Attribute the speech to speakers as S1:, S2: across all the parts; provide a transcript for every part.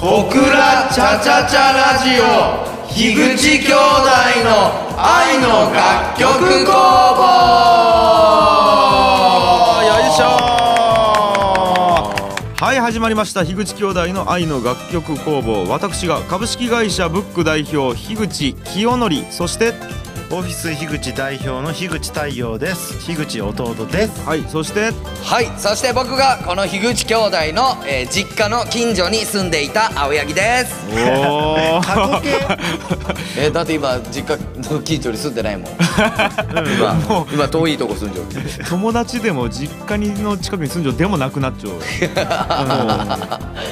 S1: 僕らチャチャチャラジオ樋口兄弟の愛の楽曲工房よいしょ
S2: はい始まりました樋口兄弟の愛の楽曲工房私が株式会社ブック代表樋口清則そして
S3: オフィス樋口代表の樋口太陽です樋口弟 です
S2: はいそ して
S1: はいそして僕がこの樋口兄弟の、えー実家の近所に住んでいた青柳です
S2: おー
S3: 過去形
S1: えだって今実家の近所に住んでない もん今今遠いとこ住んじゃう
S2: 友達でも実家にの近くに住んじょでもなくなっち ゃう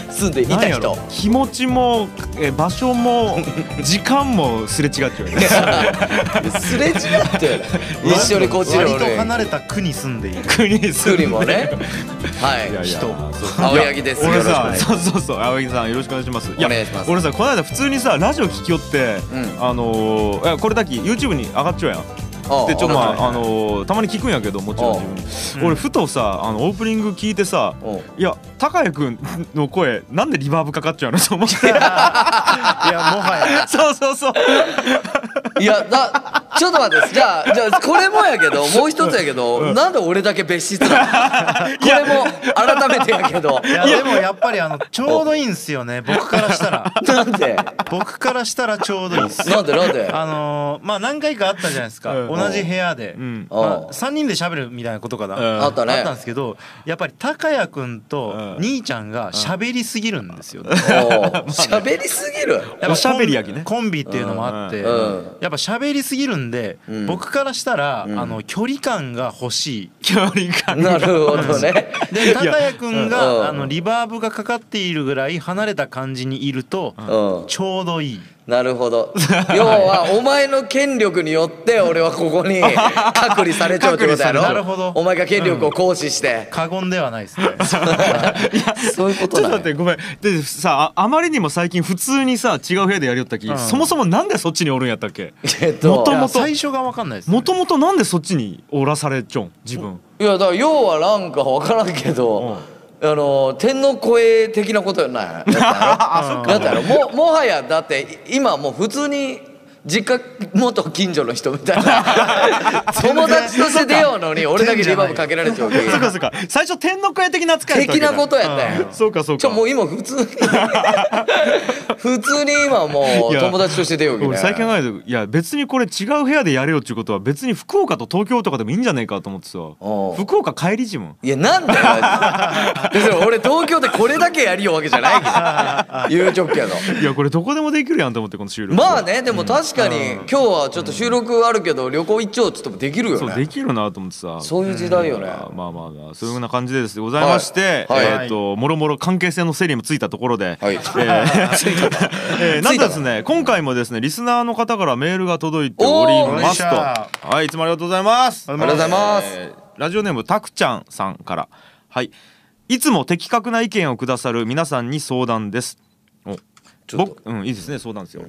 S2: も
S1: 住んでいう
S2: なん
S1: た
S2: やろ
S1: 人
S2: 気持ちもえ場所も 時間もすれ違っちゃうよね
S1: すれ違って 一緒にこっちに
S3: 割と
S1: 俺
S3: 離れた区に住んでいる
S2: 国に住ん
S1: 作
S2: で
S1: りもねはいい
S2: やいや
S3: 人
S2: そう
S1: 青柳ですよろ
S2: 俺
S1: しくお
S2: さ
S1: 願いします
S2: そうそうそう青柳さんよろしくお願いします
S1: お願いします
S2: 俺さこの間普通にさラジオ聞きよって、
S1: うん
S2: あのーいやこれだけ YouTube に上がっちゃうやん
S1: おう
S2: でちょっとま
S1: おう
S2: ああのーたまに聞くんやけどもちろん自分
S3: おう
S2: 俺ふとさあのオープニング聞いてさ
S1: おう
S2: いや高谷君の声なんでリバーブかかっちゃうのと思ってそう
S3: いやもはや
S2: そうそう
S1: いやだちょっと待ってじゃあじゃあこれもや けどもう一つやけどなんで俺だけ別 室なのこれも改めてやけど
S3: いやでもやっぱりあのちょうどいいんすよね僕からしたら
S1: なんで
S3: 僕からしたらちょうどいいっす
S1: なんでなんで
S3: あのー、まあ何回かあったじゃないですか、
S2: うん
S3: 同じ部屋で、
S2: うん
S3: ま
S1: おう
S3: あ、3人で喋るみたいなことかな、
S2: うん
S1: あったね
S3: あったんですけどやっぱり高谷君と
S2: うん
S3: 兄ちゃんが喋りすぎるんですよね、
S1: おう喋りすぎる
S3: やっぱコン
S2: おしゃべりやきね
S3: コンビっていうのもあって、
S1: うんうん
S3: やっぱ喋りすぎるんで、
S1: うん
S3: 僕からしたら、あの距離感が欲しい
S2: 距離感
S1: なるほどね
S3: で高谷君
S1: うん
S3: があのリバーブがかかっているぐらい離れた感じにいると、
S1: うん
S3: ちょうどいい
S1: なるほど要はお前の権力によって俺はここ に隔離されちゃうってことやろ
S3: 隔離されちゃうなるほど
S1: お前が権力を行使して、
S3: 過言ではない ですね
S1: そういうこ
S2: ちょ
S1: と
S2: っと
S1: だ、
S2: 待って
S1: ね、
S2: ごめんでさああまりにも最近普通にさ違う部屋でやりよったき、
S3: うん
S2: そもそもなんでそっちにおるんやったっけ
S1: えっと
S2: もと
S3: い
S2: も
S3: や最初が分かんないです、
S2: もともとなんでそっちにおらされちょん自分
S1: いやだから要はなんか分からんけど、あの天の声的なこと やないやったやろやったやろももはやだって今もう普通に実家元近所の人みたい な友達として出ようのに俺だけリバーブかけられちゃうわけ
S2: そっかそっか最初天の声的な扱いやったわ
S1: 的
S2: けだ
S1: なことやったんや
S2: そうかそう
S1: ち
S2: か
S1: ょもう今普通に 普通に今もう
S2: い
S1: い
S2: や
S1: 友達として出ようけど
S2: 俺最近考えていや別にこれ違う部屋でやれよっていうことは別に福岡と東京とかでもいいんじゃないかと思ってさ
S1: おう
S2: 福岡帰り自分
S1: いやなんだよマジで別に俺東京でこれだけやりようわけじゃないけ ど言うちょっけど
S2: いやこれどこでもできるやんと思ってこの収録
S1: まあねでも確かに今日はちょっと収録あるけど旅行一丁っつってもできるよ
S2: そう
S1: ね
S2: できるなと思ってさ
S1: そういう時代よね
S2: まあまあまあそういうふうな感じでですねございまして、
S1: はいはい
S2: えっ、ともろもろ関係性の整理もついたところで、
S1: はい
S2: えー えーなんとですね今回もですねリスナーの方からメールが届いておりますと
S3: おーよっし
S2: はいいつもありがとうございます
S3: あり
S1: ありがとうございます
S2: えーラジオネームたくちゃんさんからはいいつも的確な意見をくださる皆さんに相談ですお
S1: ちょっと
S2: 僕うんいいですね相談ですよ、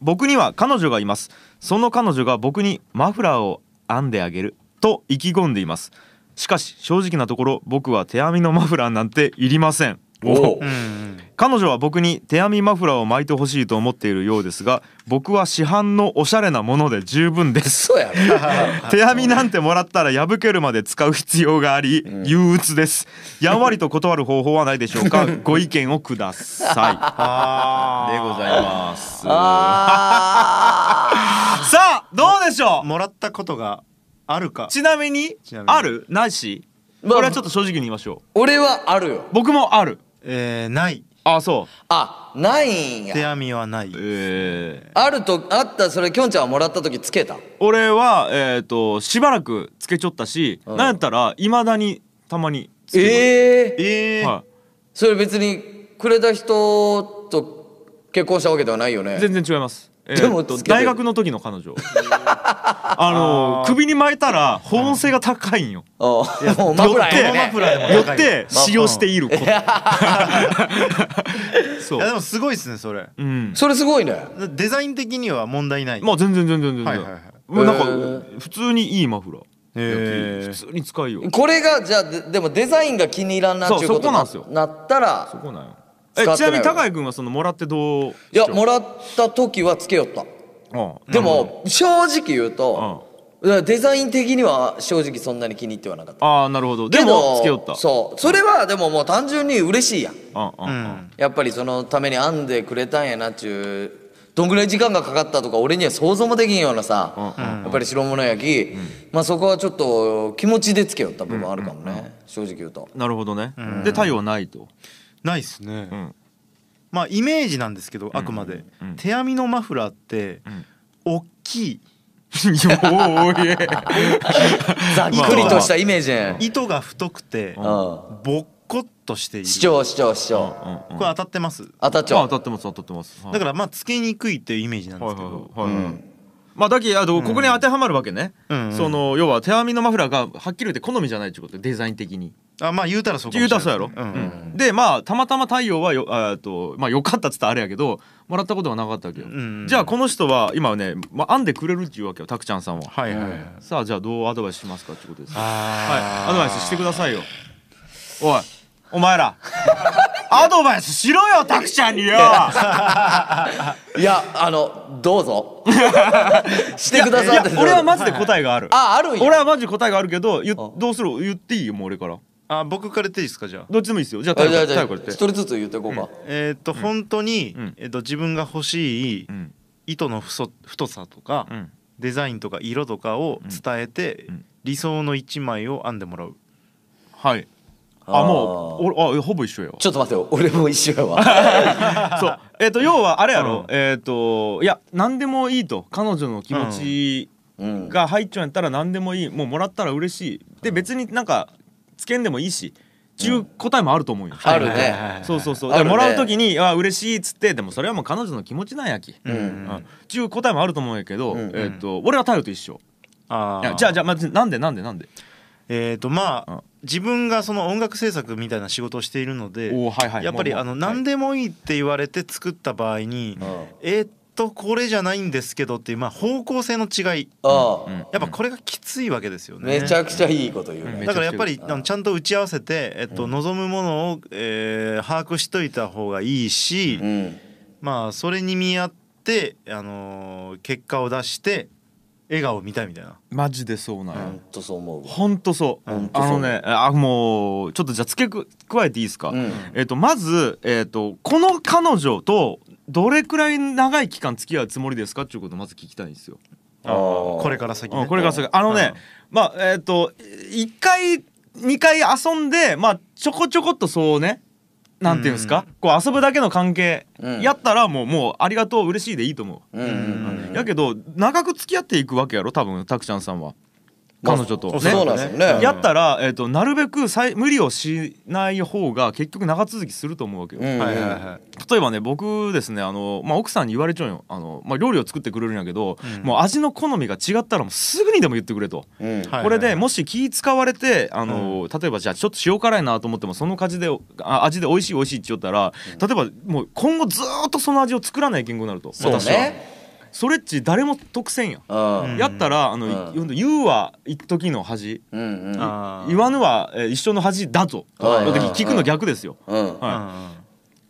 S2: 僕には彼女がいますその彼女が僕にマフラーを編んであげると意気込んでいますしかし正直なところ僕は手編みのマフラーなんていりません
S1: おう
S3: うんうん
S2: 彼女は僕に手編みマフラーを巻いてほしいと思っているようですが僕は市販のおしゃれなもので十分です
S1: そうや ろ
S2: 手編みなんてもらったら破けるまで使う必要があり、憂鬱ですやんわりと断る方法はないでしょうかご意見をくださ
S3: あ
S2: いでございますさ
S1: あ
S2: あどうでしょ
S3: ー
S2: う
S3: もらったことがあるか
S2: ちなみに
S3: ちなみに
S2: あるないし
S1: まあ
S2: これはちょっと正直に言いましょう
S1: ー俺はあるよ
S2: 僕もある
S3: えー、ない
S2: あそ
S1: あないん
S3: 手
S1: や
S3: 編みはないう
S2: えー
S1: あるとあったそれきょんちゃんはもらった時つけた
S2: 俺はえっ、としばらくつけちょったし、なんやったらいまだにたまにつける
S1: ええ
S3: えー
S2: は
S1: それ別にくれた人と結婚したわけではないよね
S2: い、全然違いますえ
S1: でも
S2: ーと
S1: つけてる
S2: 大学の時の彼女あの首に巻いたら保温性が高いんよ
S1: おう もうマフラーや
S2: ど
S3: マ
S1: ね
S3: フラーでも
S2: よ
S3: 高い
S2: って使用していること
S3: い や
S2: そ
S3: で
S2: う、
S3: もすごいですねそれ
S2: うん、
S1: それすごいね
S3: デザイン的には問題ない
S2: まあ全然全然全然、
S3: はいはいはい
S2: もうなんか、
S1: えー
S2: 普通にいいマフラー、
S3: えー
S2: 普通に使いよう
S1: これがじゃあででもデザインが気に入らんなっていう
S2: そう
S1: こ
S2: そ
S1: と
S2: こなん
S1: な
S2: ですよ
S1: なったら
S2: そこなんよえ
S1: 使っ
S2: ちな
S1: て
S2: み
S1: ない
S2: に
S1: わ
S2: 高井君はそのもらってどう
S1: いやもらった時はつけよった
S2: も
S1: でも正直言うと、デザイン的には正直そんなに気に入ってはなかった
S2: ああなるほどでもつけよった
S1: そうそれはでももう単純に嬉しいやん
S2: うんうんうん
S1: やっぱりそのために編んでくれたんやなっちゅうどんぐらい時間がかかったとか俺には想像もできんようなさ、やっぱり白物焼き、まあそこはちょっと気持ちでつけよった部分あるかもね、正直言うと
S2: なるほどねで太陽はないと
S3: ないっすね、
S2: うん
S3: まあイメージなんですけどあくまで、
S2: うん
S3: 手編みのマフラーって、
S2: ん
S3: 大きい
S2: おーいえ
S1: ざっくりとしたイメージね、
S3: 糸が太くて、
S1: うん
S3: ぼっこっとしている
S1: 主張主張主張、
S2: うんうん
S3: これ当たってます、
S1: 当たっち
S2: あ
S1: ゃ
S2: 当
S1: う
S2: たってます当たってます
S3: だかららまあつけにくいっていうイメージなんで
S2: はい
S3: すけ
S2: は
S3: ど、
S2: いはいはいまあだけあとここに当てはまるわけね
S3: うんうん
S2: その要は手編みのマフラーがはっきり言って好みじゃないってことデザイン的に
S3: あまあ言うたらそうかも
S2: 言う
S3: した
S2: ら
S3: れ
S2: そう
S3: な
S2: や
S3: い
S2: ろ、
S3: うん
S2: うんでまあたまたま太陽はよあーっとまあよかったっつったらあれやけどもらったことはなかったわけよ、
S3: んうん
S2: じゃあこの人は今はね、まあ、編んでくれるっていうわけよたくちゃんさんは、
S3: はいはいはい、
S2: さあじゃあどうアドバイスしますかってことですはい
S3: あ
S2: アドバイスしてくださいよおいお前ら アドバイスしろよたくちゃんによ
S1: いやあのどう ぞしてくだ
S2: い
S1: さ
S2: や
S1: ってる
S2: 俺はマジで答えがある、
S1: ああるんや
S2: 俺はマジで答えがあるけどゆどうする言っていいよもう俺から
S3: あ僕から言っていいですかじゃあ
S2: どっちでもいいですよじゃあ
S1: あ
S2: 太
S1: じゃあ
S2: 陽
S1: じ
S2: か
S1: ゃあ
S2: ら太陽から
S1: 一
S2: 言って
S1: 人ずつ言っていこうか、
S3: えーっと、本当に、
S2: うん
S3: えーっと自分が欲しい
S2: うん
S3: 糸のふそ太さとか、
S2: うん
S3: デザインとか色とかを伝えて、
S2: ん
S3: 理想の一枚を編んでもらう
S2: はい
S1: あ
S2: あ
S1: ー
S2: もうおあほぼ一緒よ
S1: ちょっと待ってよ俺も一緒や わ
S2: そうえっ、と要はあれや ろ、
S3: う
S2: えっ、といや何でもいいと彼女の気持ち
S1: うん
S2: が入っちゃうんやったら何でもいいもうもらったら嬉しいで別になんかつけんでもいいしちゅう答えもあると思うよ、
S1: ある
S3: はいはいはいは
S1: ね
S3: い
S2: そうそうそう、
S1: ある
S2: で
S1: ね
S2: もらう時に「あ嬉しい」っつってでもそれはもう彼女の気持ちなんやき、
S1: うん、
S2: うんちゅう答えもあると思うんやけど、
S1: うんうん
S2: えっ、と俺は太陽と一緒
S3: あ
S2: い
S3: ー
S2: やじゃあじゃあ、まずなんでなんでなんで
S3: えー、とまあ、
S2: うん
S3: 自分がその音楽制作みたいな仕事をしているので、
S2: おーはいはい
S3: やっぱり
S2: もう
S3: あ
S2: もう
S3: の何でもいいって言われて作った場合に、えー、っとこれじゃないんですけどっていうまあ方向性の違い
S1: あ
S2: うん
S3: やっぱこれがきついわけですよね。
S1: めちゃくちゃいいこと言うね、
S2: うん
S3: だからやっぱり
S1: ちゃくちゃ
S3: あのちゃんと打ち合わせて、えっと、望むものを、えー把握しといた方がいいし、
S1: うん
S3: まあそれに見合って、あのー結果を出して笑顔を見たいみたいな。
S2: マジでそうなんや、
S1: 本当そう思うわ
S2: ほんとそう、
S1: んと
S2: あ
S1: そう
S2: のねあもうちょっとじゃあ付けく加えていいですか、
S1: うん
S2: えっとまず、えっとこの彼女とどれくらい長い期間付き合うつもりですかっていうことをまず聞きたいんですよ。
S1: あー
S3: これから先、
S2: う
S3: ね
S2: ん、これがすごいあのね、まあえっ、と1回2回遊んでまあちょこちょこっとそうねなんていうんですか、こう遊ぶだけの関係
S1: うん
S2: やったらもうもうありがとう嬉しいでいいと思う。
S1: うんうんうん
S2: やけど長く付き合っていくわけやろ多分たくちゃんさんは彼女と、
S1: まあそうなんですよね
S2: やったら、えー、となるべくさい無理をしない方が結局長続きすると思うわけよ、
S1: うん
S3: はいはいはい。
S2: 例えばね僕ですねあの、まあ、奥さんに言われちゃうよあの、まあ、料理を作ってくれるんやけど、
S3: うん
S2: もう味の好みが違ったらもうすぐにでも言ってくれと。
S1: うん
S3: はい
S2: これでもし気使われてあの、例えばじゃあちょっと塩辛いなと思ってもその味であ味で美味しい美味しいって言ったら、例えばもう今後ずーっとその味を作らない言語になると
S1: そう
S2: 私は
S1: ね
S2: それっち誰も得せんやん
S1: うん
S2: やったらあの、
S1: うん
S2: いほんと言うは一時の恥
S1: うんうん
S3: あー
S2: 言わぬは、えー一生の恥だぞ
S1: はい
S2: の時聞くの逆ですよ。
S1: うん
S2: はい
S3: うん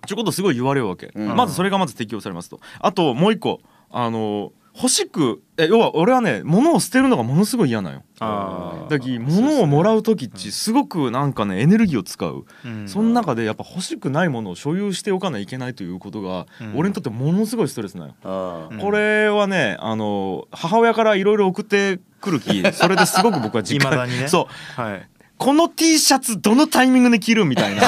S2: ちゅうことをすごい言われるわけ、
S1: うん
S2: まずそれがまず適用されますとあともう一個あの欲しくえ要は俺はね物を捨てるのがものすごい嫌なんよ
S3: あ
S2: だき物をもらう時っちすごくなんかねエネルギーを使う、
S3: うん
S2: その中でやっぱ欲しくないものを所有しておかないといけないということが、
S3: うん
S2: 俺にとってものすごいストレスなんよ
S1: うん
S3: うん
S2: これはねあの母親からいろいろ送ってくるきそれですごく僕は実 感
S3: 未だにね
S2: そう
S3: はい
S2: この T シャツどのタイミングで着るみたいな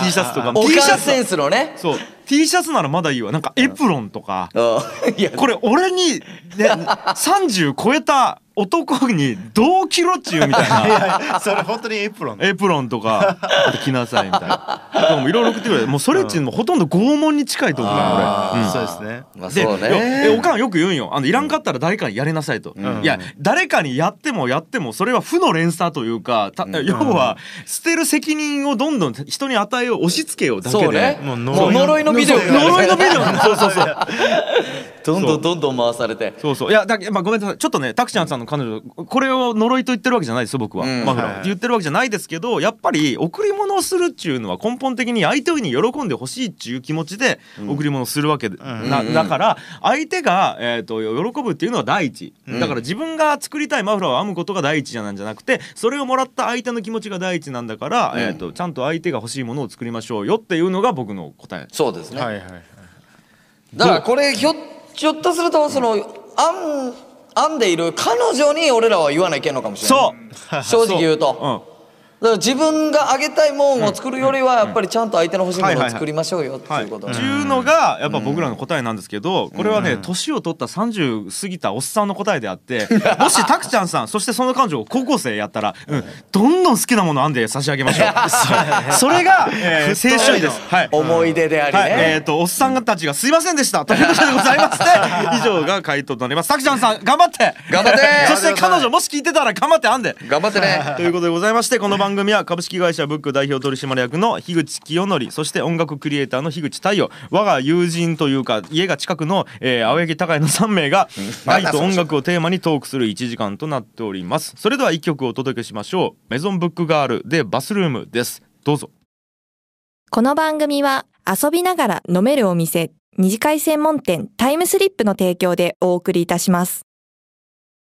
S2: T シャツとか
S1: お
S2: T シャ
S1: 母
S2: ツ
S1: センスのね
S2: そう T シャツならまだいいわなんかエプロンとか
S1: うんいや
S2: これ俺に、ね、30超えた男にどう着ろっちゅうみたいな。
S3: それ本当にエプロン
S2: エプロンとかあと着なさいみたいな。でもいろいろ送ってくれてもうそれっちゅうのほとんど拷問に近いと思うよ
S3: あ
S2: 俺。
S3: ー
S2: うん
S3: そうですね
S1: まあ
S2: で
S1: そう
S2: いやえお
S1: ね
S2: かんよく言うんよあのいらんかったら誰かにやりなさいと、
S3: ん
S2: いや誰かにやってもやってもそれは負の連鎖というかた要は捨てる責任をどんどん人に与えよう押し付けようだけで
S1: そうね
S3: もう
S1: もう呪いのビデオ
S2: 呪いのビデオそうそうそう
S1: どんどんどんどん回されて
S2: そうそういやだけまあごめんなさいちょっとねタクちゃんさんの彼女これを呪いと言ってるわけじゃないですよ僕は、
S1: うん
S2: マフラ
S4: はいは
S2: ーっ
S4: い
S2: て言ってるわけじゃないですけどやっぱり贈り物をするっちゅうのは根本的に相手に喜んでほしいっちゅう気持ちで贈り物をするわけで、
S4: うん
S2: な
S1: うん
S2: だから相手が、えー、と喜ぶっていうのは第一、
S1: ん
S2: だから自分が作りたいマフラーを編むことが第一じゃなんじゃなくてそれをもらった相手の気持ちが第一なんだから、
S1: うん
S2: えー、とちゃんと相手が欲しいものを作りましょうよっていうのが僕の答え。
S1: そうですね、
S4: はいはいはい
S1: だからこれひょひょっとするとその編ん編んでいる彼女に俺らは言わないけんのかもしれない
S2: そう
S1: 正直言うと
S2: うん
S1: だから自分があげたいもんを作るよりはやっぱりちゃんと相手の欲しいものを作りましょうよって
S2: はいい、
S1: うこと、
S2: っていうのがやっぱ僕らの答えなんですけどこれはね年を取った30過ぎたおっさんの答えであってもしタクちゃん さんそしてその彼女を高校生やったら、うん、どんどん好きなものあんで差し上げましょう それが、えー青春です。はい
S1: 思い出でありね、
S2: はい、えっ、と、おっさんたちがすいませんでした。ということでございま して、以上が回答となります。さきちゃんさん、頑張って
S1: 頑張って
S2: そして彼女、もし聞いてたら頑張って編んで
S1: 頑張ってね
S2: ということでございましてこの番組は株式会社ブック代表取締役の樋口清則そして音楽クリエイターの樋口太陽我が友人というか家が近くの、えー、青柳高也の3名が愛と音楽をテーマにトークする1時間となっておりますそれでは1曲お届けしましょう「メゾンブックガール」で「バスルーム」ですどうぞ
S5: この番組は遊びながら飲めるお店、二次会専門店タイムスリップの提供でお送りいたします。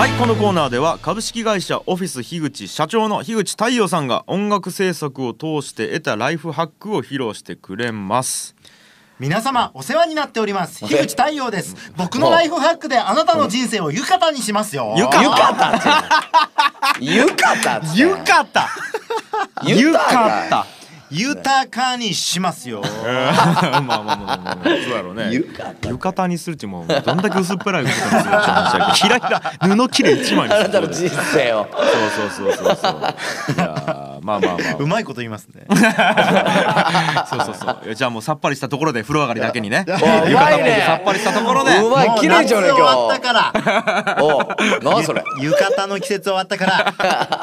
S2: はいこのコーナーでは株式会社オフィス樋口社長の樋口太陽さんが音楽制作を通して得たライフハックを披露してくれます
S3: 皆様お世話になっております樋口太陽です僕のライフハックであなたの人生を豊かにしますよ
S2: ゆか
S1: ゆかたっていうのゆかたっつって
S2: よか った
S1: ゆた
S2: った。
S3: 豊かにしますよ
S2: まあまあまあまあまあまあ、そうだろうね。
S1: 浴衣
S2: 浴衣にするってもうどんだけ薄っぺらいことですよ。 キラキラ布切れ一枚に
S1: あ
S2: す
S1: な
S2: る
S1: たの人生を
S2: そうそうそうそうそう。いやーまあまあま
S3: うまいこと言いますね
S2: あ。そうそうそういや。じゃあもうさっぱりしたところで風呂上がりだけにね。浴
S1: うまい
S2: 衣っ
S1: ね
S2: ぽくさっぱりしたところで。
S1: うまい
S3: もう
S1: 綺麗じゃねえ
S3: 夏終わっ
S1: か
S3: たから
S1: おう何それ
S3: ゆ浴衣の季節終わったから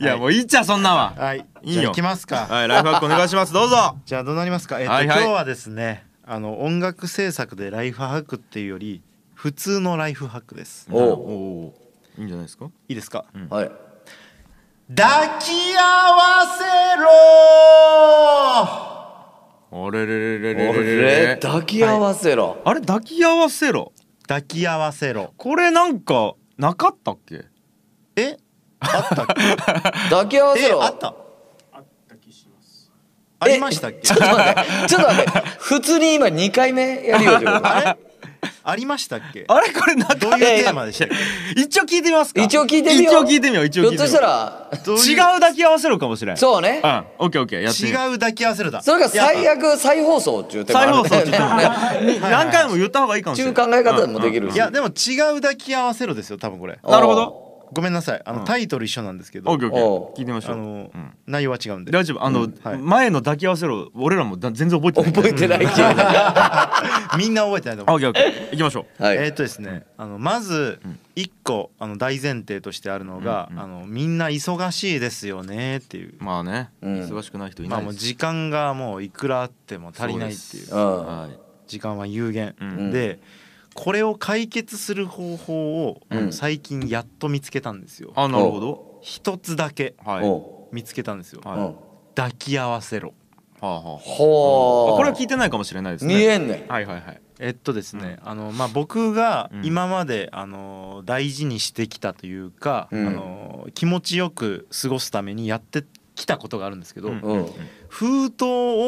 S2: いやもういいっちゃそんなんは。
S3: はい
S2: いいよ
S3: じゃあ行きますか
S2: はいライフハックお願いします。どうぞ。
S3: じゃあどうなりますかえっと
S2: はいはい
S3: 今日はですねあの音楽制作でライフハックっていうより普通のライフハックです
S2: お
S1: おう
S2: おー。いいんじゃないですか。
S3: いいですか
S1: はい
S3: 抱き合わ
S2: あれれれれれれれ
S1: 俺
S2: れ。
S1: 抱き合わせろ
S2: あれ抱き合わせろ。
S3: せろ抱き合わせろ
S2: これなんかなかったっけ。
S3: えあったっけ
S1: 抱き合わせ
S3: え
S1: ろ
S3: あったあった気しますありましたっ
S1: え
S3: け
S1: ちょっと待ってちょっと待って普通に今2回目やるよってこと
S3: あれありましたっけ
S2: あれこれなかった
S3: どういうテーマでしたっけ
S2: 一応聞いてみますか
S1: 一応聞いてみよう
S2: 一応聞いてみよう一応聞いてみよう
S1: ひょっとしたら
S3: どういう
S2: 違う抱き合わせるかもしれんう
S1: そうね
S2: んオッケーオッケーやってみ
S3: 違
S2: よう
S3: う抱き合わせるだ
S1: それが最悪再放送っていう手もあ
S2: 再
S1: る
S2: 放送って言ってもね
S1: ね
S2: 何回も言った方がいいかもし
S1: 中
S2: れ
S1: う
S2: ない
S1: 考え方もできる
S3: い
S1: し
S3: やでも違う抱き合わせろですよ多分これ
S2: なるほど
S3: ごめんなさいあのタイトル一緒なんですけど
S2: オッケーオッケ
S1: お
S2: ー聞いてみましょ
S3: あ
S2: う
S3: の
S2: うん
S3: 内容は違うんで
S2: 大丈夫あの
S3: はい
S2: 前の抱き合わせろ俺らもだ全然覚えてない
S1: 覚えてないけ ど
S3: みんな覚えてないと
S2: あ
S3: 思
S2: オッケーオ
S3: う
S2: ッケー行きましょう
S1: はい
S3: えーっとですねあのまず一個あの大前提としてあるのがあのみんな忙しいですよねっていう
S2: まあね
S1: うん
S2: 忙しくない人いな
S3: まあ
S2: い
S3: もう
S2: です
S3: 時間がもういくらあっても足りないっていう
S2: そ
S1: うん
S2: はい
S3: 時間は有限、
S2: うん
S3: でこれを解決する方法を、
S1: うん
S3: 最近やっと見つけたんですよ
S2: あなるほど
S3: 一つだけ
S2: はいは
S1: お
S3: 見つけたんですよ、
S1: う
S2: は
S1: う
S2: い
S1: ん
S3: 抱き合わせろ
S2: あはあ
S1: ほ
S2: あ
S1: う
S2: これは聞いてないかもしれないです
S1: 見
S2: ね
S1: えんねん
S2: はいはいはい
S3: えっとですね、あのまあ僕が
S2: うん
S3: 今まで、あの大事にしてきたというか、
S1: うん
S3: あの気持ちよく過ごすためにやってきたことがあるんですけど、
S2: うん
S1: うん
S3: 封筒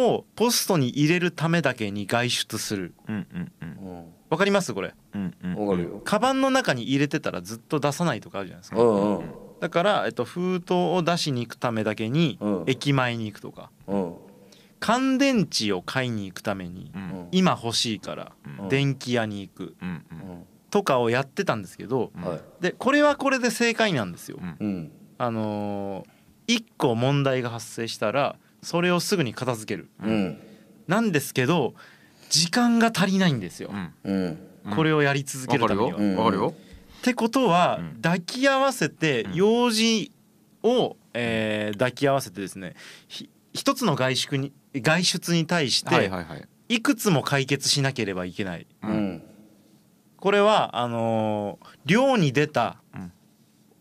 S3: をポストに入れるためだけに外出する
S2: うんうんうん
S1: う
S3: わかりますこれ
S2: うんうん
S1: んわかるよ
S3: カバンの中に入れてたらずっと出さないとかあるじゃないですか
S1: うんうん
S3: だから、えっと、封筒を出しに行くためだけに
S1: うん
S3: 駅前に行くとか
S1: うん
S3: 乾電池を買いに行くために
S2: うん
S3: 今欲しいから
S1: うん
S3: 電気屋に行く
S2: うんうん
S1: うん
S3: とかをやってたんですけど
S1: はい
S3: でこれはこれで正解なんですよ。
S1: うん
S3: あのー、1個問題が発生したらそれをすぐに片付ける。
S1: うん
S3: なんですけど時間が足りないんですよ、
S2: うん
S1: うん
S2: うん
S3: これをやり続け
S2: わ
S3: る
S2: か
S3: た
S2: る
S3: めに
S2: よ
S3: は。
S2: わ
S1: うん
S2: かるよ
S3: ってことは、
S2: うん
S3: 抱き合わせて
S2: ん
S3: 用事を、えー抱き合わせてですねひ一つの外出に外出に対して、
S2: はい
S3: い
S2: はいはい
S3: くつも解決しなければいけない。
S1: うんうん
S3: これはあのー漁に出た
S2: うん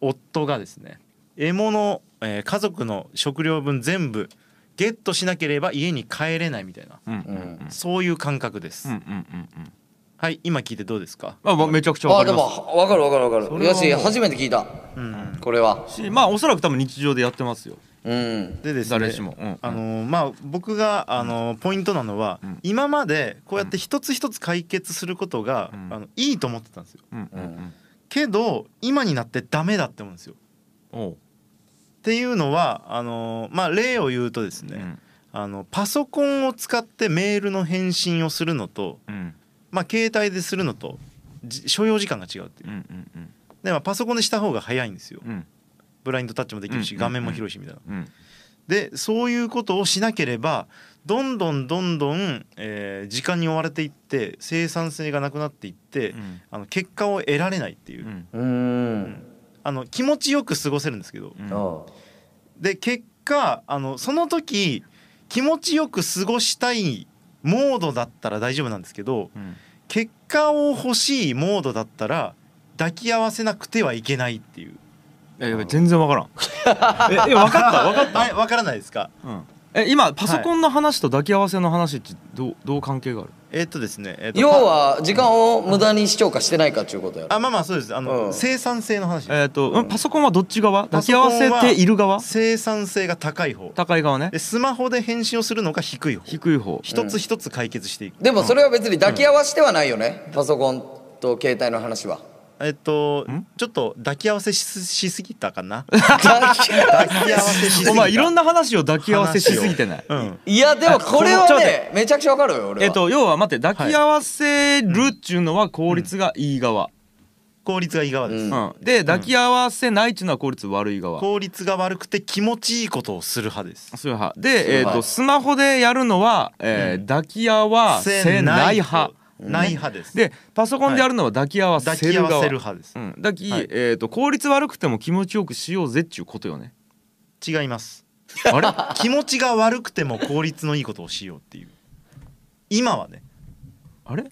S3: 夫がですね獲物、えー家族の食料分全部ゲットしなければ家に帰れないみたいな、
S2: うんうんう
S1: うんん
S3: そういう感覚です、
S2: うんうんうんうん
S3: はい今聞いてどうですか、
S2: まあまあめちゃくちゃわ
S1: あ
S2: か
S1: で
S2: りま
S1: もわかるわかるわか
S3: そ
S1: る
S3: れは
S1: よ
S3: もう
S1: し初めて聞いた
S3: うん
S1: これは
S2: すしまあおそらく多分日常でやってますよ
S1: うん
S3: でですね
S2: 誰しもうん
S3: あのーまあ僕があのーポイントなのは、
S2: うん
S3: 今までこうやって一つ一つ解決することが、
S2: うん
S3: あのいいと思ってたんですよ
S2: うんうんうん
S3: けど今になってダメだって思うんですよ。
S2: おう
S3: っていうのはあのーまあ例を言うとです
S2: う
S3: ね、
S2: ん
S3: あのパソコンを使ってメールの返信をするのと、
S2: うん
S3: まあ、携帯でするのとじ所要時間が違うっていう
S2: うんうん
S3: で、まあ、パソコンでした方が早いんですよ
S2: うん
S3: ブラインドタッチもできるし
S2: うん
S3: 画面も広いしみたいな。
S2: うん
S3: でそういうことをしなければどんどんどんどん、えー時間に追われていって生産性がなくなっていって、
S2: うん
S3: あの結果を得られないっていう、
S2: うん
S1: うんうん
S3: あの気持ちよく過ごせるんですけど
S2: うん
S1: あ
S3: で結果あのその時気持ちよく過ごしたいモードだったら大丈夫なんですけど
S2: うん
S3: 結果を欲しいモードだったら抱き合わせなくてはいけないっていう
S2: えやばい全然わからんええわかったわかっ
S3: あれわからないですか
S2: たうんえ今パソコンの話と抱き合わせの話ってどうどう関係がある
S3: えっとですね、えっと
S1: 要は時間を無駄に視聴かしてないかっていうことやろ
S3: あまあまあそうですあの、
S1: うん
S3: 生産性の話です
S2: えっとうんパソコンはどっち側抱き合わせている側
S3: 生産性が高い方
S2: 高い側ね
S3: でスマホで返信をするのが低い方
S2: 低い方
S3: 一つ一つ解決していく、
S1: でもそれは別に抱き合わせてはないよねパソコンと携帯の話は
S3: えっと
S2: ん
S3: ちょっと抱き合わせしすしすぎたか な
S1: 抱き
S3: 抱き合わせしすぎた
S2: お前いろんな話を抱き合わせしすぎてない
S3: うん
S1: いやでもこれは
S2: ちょっと待っ
S1: ねめちゃくちゃわかるよ俺は
S2: えっと要は待って抱き合わせるっちゅうのは効率がいい側、
S3: 効率がいい側です、
S1: う
S2: うんんで抱き合わせないっちゅうのは効率悪い側、
S3: 効率が悪くて気持ちいいことをする派です
S2: そういう派で、えっ
S1: は
S2: と
S1: い
S2: スマホでやるのは、えー抱き合わせない派
S3: ない派です
S2: でパソコンでやるのは抱き合わ
S3: 抱
S2: せる
S3: き合
S2: 側、
S3: わせる派です
S2: う、ん、抱き、
S3: はい
S2: えっ、と効率悪くても気持ちよくしようぜっちゅうことよね
S3: 違います
S2: あれ
S3: 気持ちが悪くても効率のいいことをしようっていう今はね
S2: あれ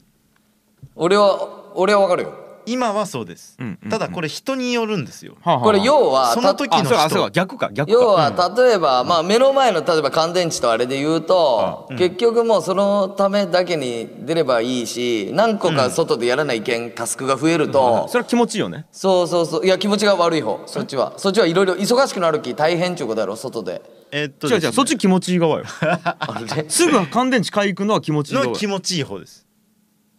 S1: 俺は俺はわかるよ
S3: 今はそうです、
S2: うんうんうん
S3: ただこれ人によるんですよ
S2: はあはあはあ
S1: これ要は
S3: その時
S2: あそう
S3: の
S2: かそう
S3: 人
S2: か逆か逆か
S1: 要は例えば、まあ、目の前の例えば乾電池とあれで言うと、結局もうそのためだけに出ればいいし何個か外でやらないけんタスクが増える
S2: うん
S1: と、
S2: それは気持ちいいよね
S1: そうそうそういや気持ちが悪い方そっちはそっちはいろいろ忙しくなるき大変っちゅうことやろ外で
S3: えっと
S2: 違う違うそっ
S3: ち
S2: ち気持ちいい側よ
S1: あれ
S2: すぐ乾電池買い行くのは気持ちいい側
S3: の気持ちいい方です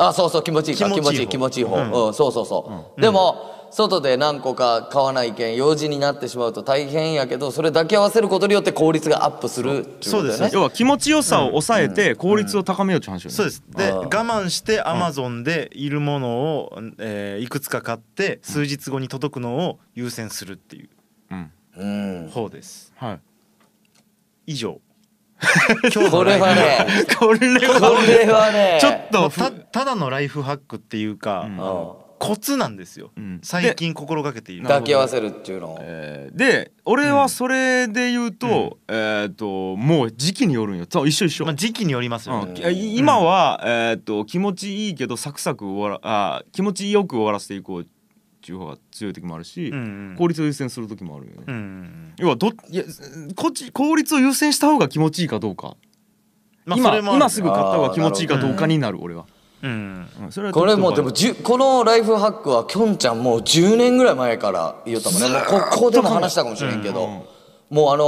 S1: あそうそう気持ちいいか気
S3: 気
S1: 持ち
S3: 持
S1: い
S3: ちい
S1: い
S3: い
S1: 気持ちいい方、う
S3: うん
S1: そうそうそう、でも外で何個か買わないけん用事になってしまうと大変やけどそれ抱き合わせることによって効率がアップするっていうことだよ
S3: そう
S1: ね
S3: です
S2: 要は気持ちよさを抑えて効率を高めようって話よね、
S3: そうですで
S1: あー
S3: 我慢してアマゾンでいるものを、えーいくつか買って数日後に届くのを優先するってい
S2: うん
S1: うん
S3: う方です
S2: はい
S3: 以上
S1: これはね
S2: これ
S1: こ れはね
S2: ちょっ
S3: ま
S2: と
S3: あたただのライフハックっていうか、
S2: うん
S3: あのコツなんですよ、
S2: うん
S3: 最近心がけている
S1: 抱き合わせるっていうのを
S2: えーで俺はそれで言うと、えっ、ともう時期によるんよそう一緒一緒、
S3: まあ、時期によりますよ
S2: うん
S3: ね、
S2: きい今は、えっ、と気持ちいいけどサクサク終わらあ気持ちよく終わらせていこうっていう方が強い時もあるし、
S3: うんうん
S2: 効率を優先する時もあるよね、
S3: うんうん
S2: 要はどいやこっち効率を優先した方が気持ちいいかどうか、
S3: まあそ
S2: 今
S3: れもある
S2: 今すぐ買った方が気持ちいいかどうかになる俺は、
S3: うん
S2: うんそれは
S1: これもうでも
S2: ず
S1: じゅこのライフハックはきょんちゃんもう10年ぐらい前から言ったもんねもうこここでも話したかもしれんけど、もうあの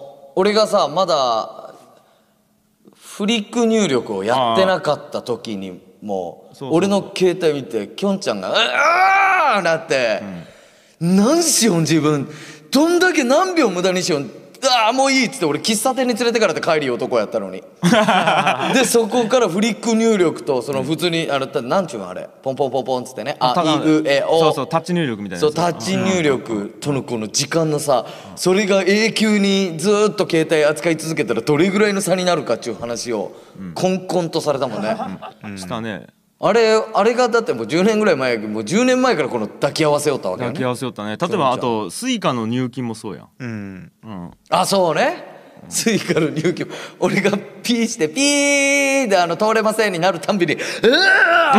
S1: ー俺がさまだフリック入力をやってなかった時にもう
S2: そうそうそう
S1: 俺の携帯見てきょんちゃんが「うわー!」なって「何しよん自分どんだけ何秒無駄にしよんうああもういい」っつって俺喫茶店に連れてからって帰る男やったのに でそこからフリック入力とその普通にあれたなんちゅうのあれポンポンポンポンっつってね「あ
S2: ただ
S1: いうえお」
S2: そうそうタッチ入力みたいな
S1: そ
S2: や
S1: う
S2: つ
S1: タッチ入力とのこの時間の差それが永久にずーっと携帯扱い続けたらどれぐらいの差になるかっていう話をこんこんとされたもんね、
S2: したね
S1: あれあれがだってもう10年ぐらい前やけどもう10年前からこの抱き合わせよったわけよ
S2: 抱き
S1: ね
S2: 合わせよったね例えばあとスイカの入金もそうやん
S3: うん
S2: うん
S1: あそうねスイカの入金俺がピーしてピーであの通れませんになるたんびにうわ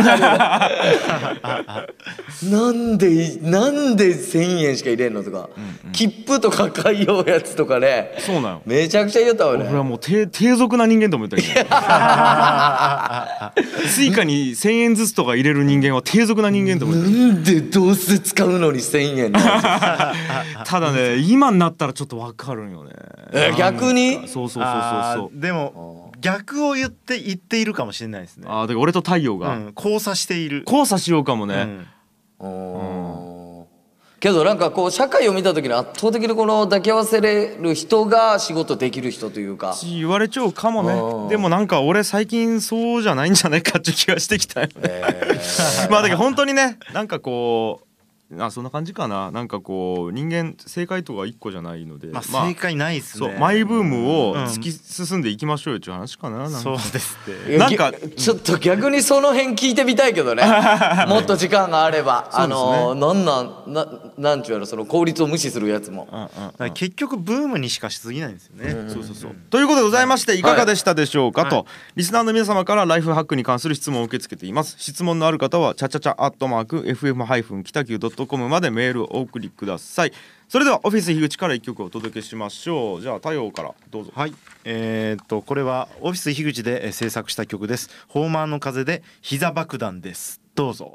S1: ーなんでなんで1,000円しか入れんのとか、切符とか買いようやつとかね
S2: そうなんよ
S1: めちゃくちゃ言ったわね
S2: 俺はもう低低俗な人間と思ったけど スイカに1,000円ずつとか入れる人間は低俗な人間と思った
S1: なんでどうせ使うのに1,000円なんですよ
S2: ただね今になったらちょっとわかるんよね
S1: え逆に
S2: そうそうそう
S3: あ
S2: そうそう
S3: ーでも逆を言って言っているかもしれないですね
S2: あーだから俺と太陽
S3: う
S2: が、
S3: ん交差している
S2: 交差しようかも
S3: う
S2: ね、
S3: ん
S1: うんけどなんかこう社会を見た時に圧倒的にこの抱き合わせれる人が仕事できる人というか
S2: し言われちゃうかも
S1: うん
S2: ねでもなんか俺最近そうじゃないんじゃないかっていう気がしてきたよね、 まあだけど本当にねなんかこうあそんな感じかななんかこう人間正解とか一個じゃないので、
S3: まあ正解ないです
S2: そう
S3: ね
S2: マイブームを
S3: うん
S2: 突き進んでいきましょうよっていう話かななんか
S3: そうですね
S1: いや
S2: なんか
S1: ぎちょっと逆にその辺聞いてみたいけ どねもっと時間があればあのなんなんななんちゅうやろその効率を無視するやつも
S2: うんうん
S3: だから結局ブームにしかしすぎないんですよね、そうそうそう
S2: ということでございましていかがでしたでしょうか、とリスナーの皆様からライフハックに関する質問を受け付けています質問のある方はチャチャチャアットマーク FM- 北九 .com までメールをお送りくださいそれではオフィス樋口から一曲お届けしましょうじゃあ太陽からどうぞ
S3: はいえー、っとこれはオフィス樋口でえー制作した曲です「ホーマーの風」で「膝爆弾」ですどうぞ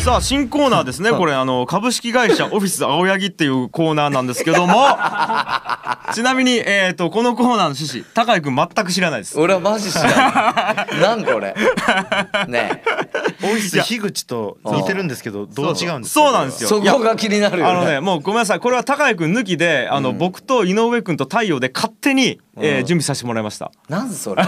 S2: さあ新コーナーですねこれあの株式会社オフィス青柳っていうコーナーなんですけどもちなみに、えー、とこのコーナーの趣旨高井君全く知らないです
S1: 俺はマ ジ知らんなんこれね
S3: オフィス樋口と似てるんですけどどう違うんですか
S2: そうなんですよ
S1: えそ
S2: いや
S1: こが気になるよ
S2: あ
S1: ね
S2: のね、もうごめんなさい、これは高谷君抜きで、あの、僕と井上君と太陽で勝手に、えー準備させてもらいました。
S1: なんそれ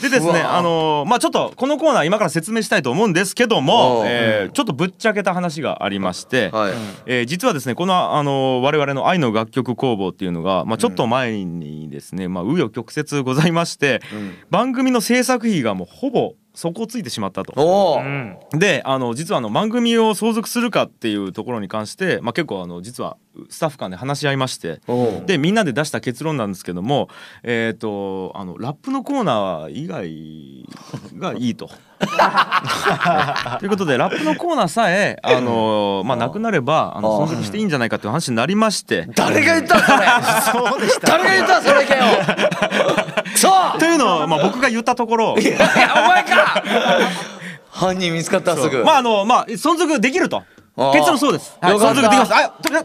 S2: でです
S1: う
S2: ね、
S1: わ
S2: あのーまあ、ちょっとこのコーナー今から説明したいと思うんですけども
S1: お、う
S2: えーちょっとぶっちゃけた話がありまして。
S1: はい、
S2: えー実はですねこの、あのー我々の愛の楽曲工房っていうのが、まあ、ちょっと前にですね、まあ、紆余曲折ございまして、番組の制作費がもうほぼ底をついてしまったと
S1: おお、
S3: うん
S2: であの実はあの番組を相続するかっていうところに関して、まあ、結構あの実はスタッフ間で話し合いまして
S1: おう
S2: でみんなで出した結論なんですけども、えー、とあのラップのコーナー以外がいいと。ということでラップのコーナーさえあの、まあ、なくなればあの
S1: あー
S2: 存続していいんじゃないかっていう話になりまして。
S1: 誰が言ったんそれ
S3: そうでした
S1: 誰が言ったんそれけよそう
S2: というのを、まあ、僕が言ったところ。
S1: いやお前か 犯人見つかったすぐ、
S2: まああのまあ存続できると
S1: あー
S2: 結論そうです、はい、
S1: よかっ
S2: 存
S1: た
S2: 続できます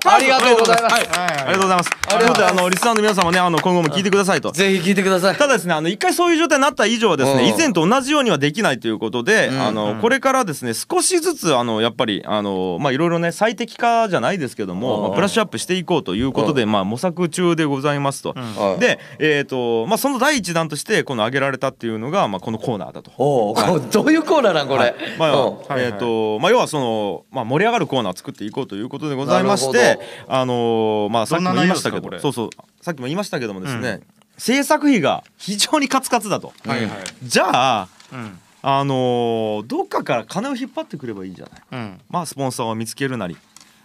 S2: あ
S1: ありがとうございます
S2: はいありがとうございますということであのリスナーの皆様ねあの今後も聞いてくださいと
S1: ぜひ聞いてください
S2: ただですねあの一回そういう状態になった以上はです
S1: うん
S2: ね以前と同じようにはできないということで、
S1: ん
S2: あのこれからですね少しずつあのやっぱりあのまあいろいろね最適化じゃないですけども、
S1: うん
S2: まあブラッシュアップしていこうということで、まあ模索中でございますと、
S1: はい
S2: でえっ、とまあその第一弾としてこの挙げられたっていうのがまあこのコーナーだと。
S1: おお、こうどういうコーナーなんこれ、
S2: まあ
S1: うん
S2: えっ、とまあ要はそのまあ盛り上がるコーナーを作っていこうということでございましてあのーまあさっきも言いましたけ
S3: ど
S2: ど
S3: んな内容ですかこれ
S2: そうそうさっきも言いましたけどもですね、制作費が非常にカツカツだと、
S3: はいはい
S2: じゃあ
S3: うん
S2: あのーどっかから金を引っ張ってくればいいんじゃない
S3: うん
S2: まあスポンサーを見つけるなり、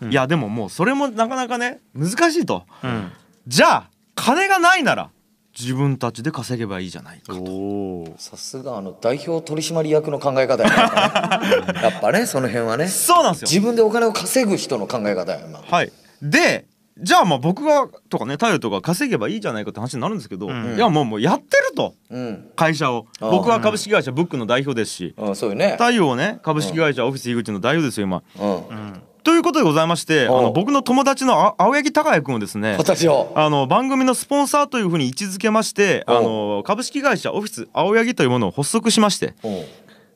S2: いやでももうそれもなかなかね難しいと、
S3: うん
S2: じゃあ金がないなら自分たちで稼げばいいじゃないかと
S3: おー
S1: さすがあの代表取締役の考 え方やねやっぱねその辺はね
S2: そうなんですよ
S1: 自分でお金を稼ぐ人の考え方や今
S2: はい、でじゃあまあ僕がとかね太陽とか稼げばいいじゃないかって話になるんですけど、
S3: うん
S2: いやもうもうやってると
S1: うん、
S2: 会社を
S1: あー
S2: 僕は株式会社ブックの代表ですし
S1: うん、そうよね。
S2: 太陽ね株式会社オフィス井口の代表ですよ今。
S1: うん、
S2: ということでございましてあ
S1: おう
S2: の僕の友達のあ青柳孝也君をですね
S1: 私を。
S2: あの番組のスポンサーというふうに位置づけましてあ
S1: おう
S2: の株式会社オフィス青柳というものを発足しまして
S1: うん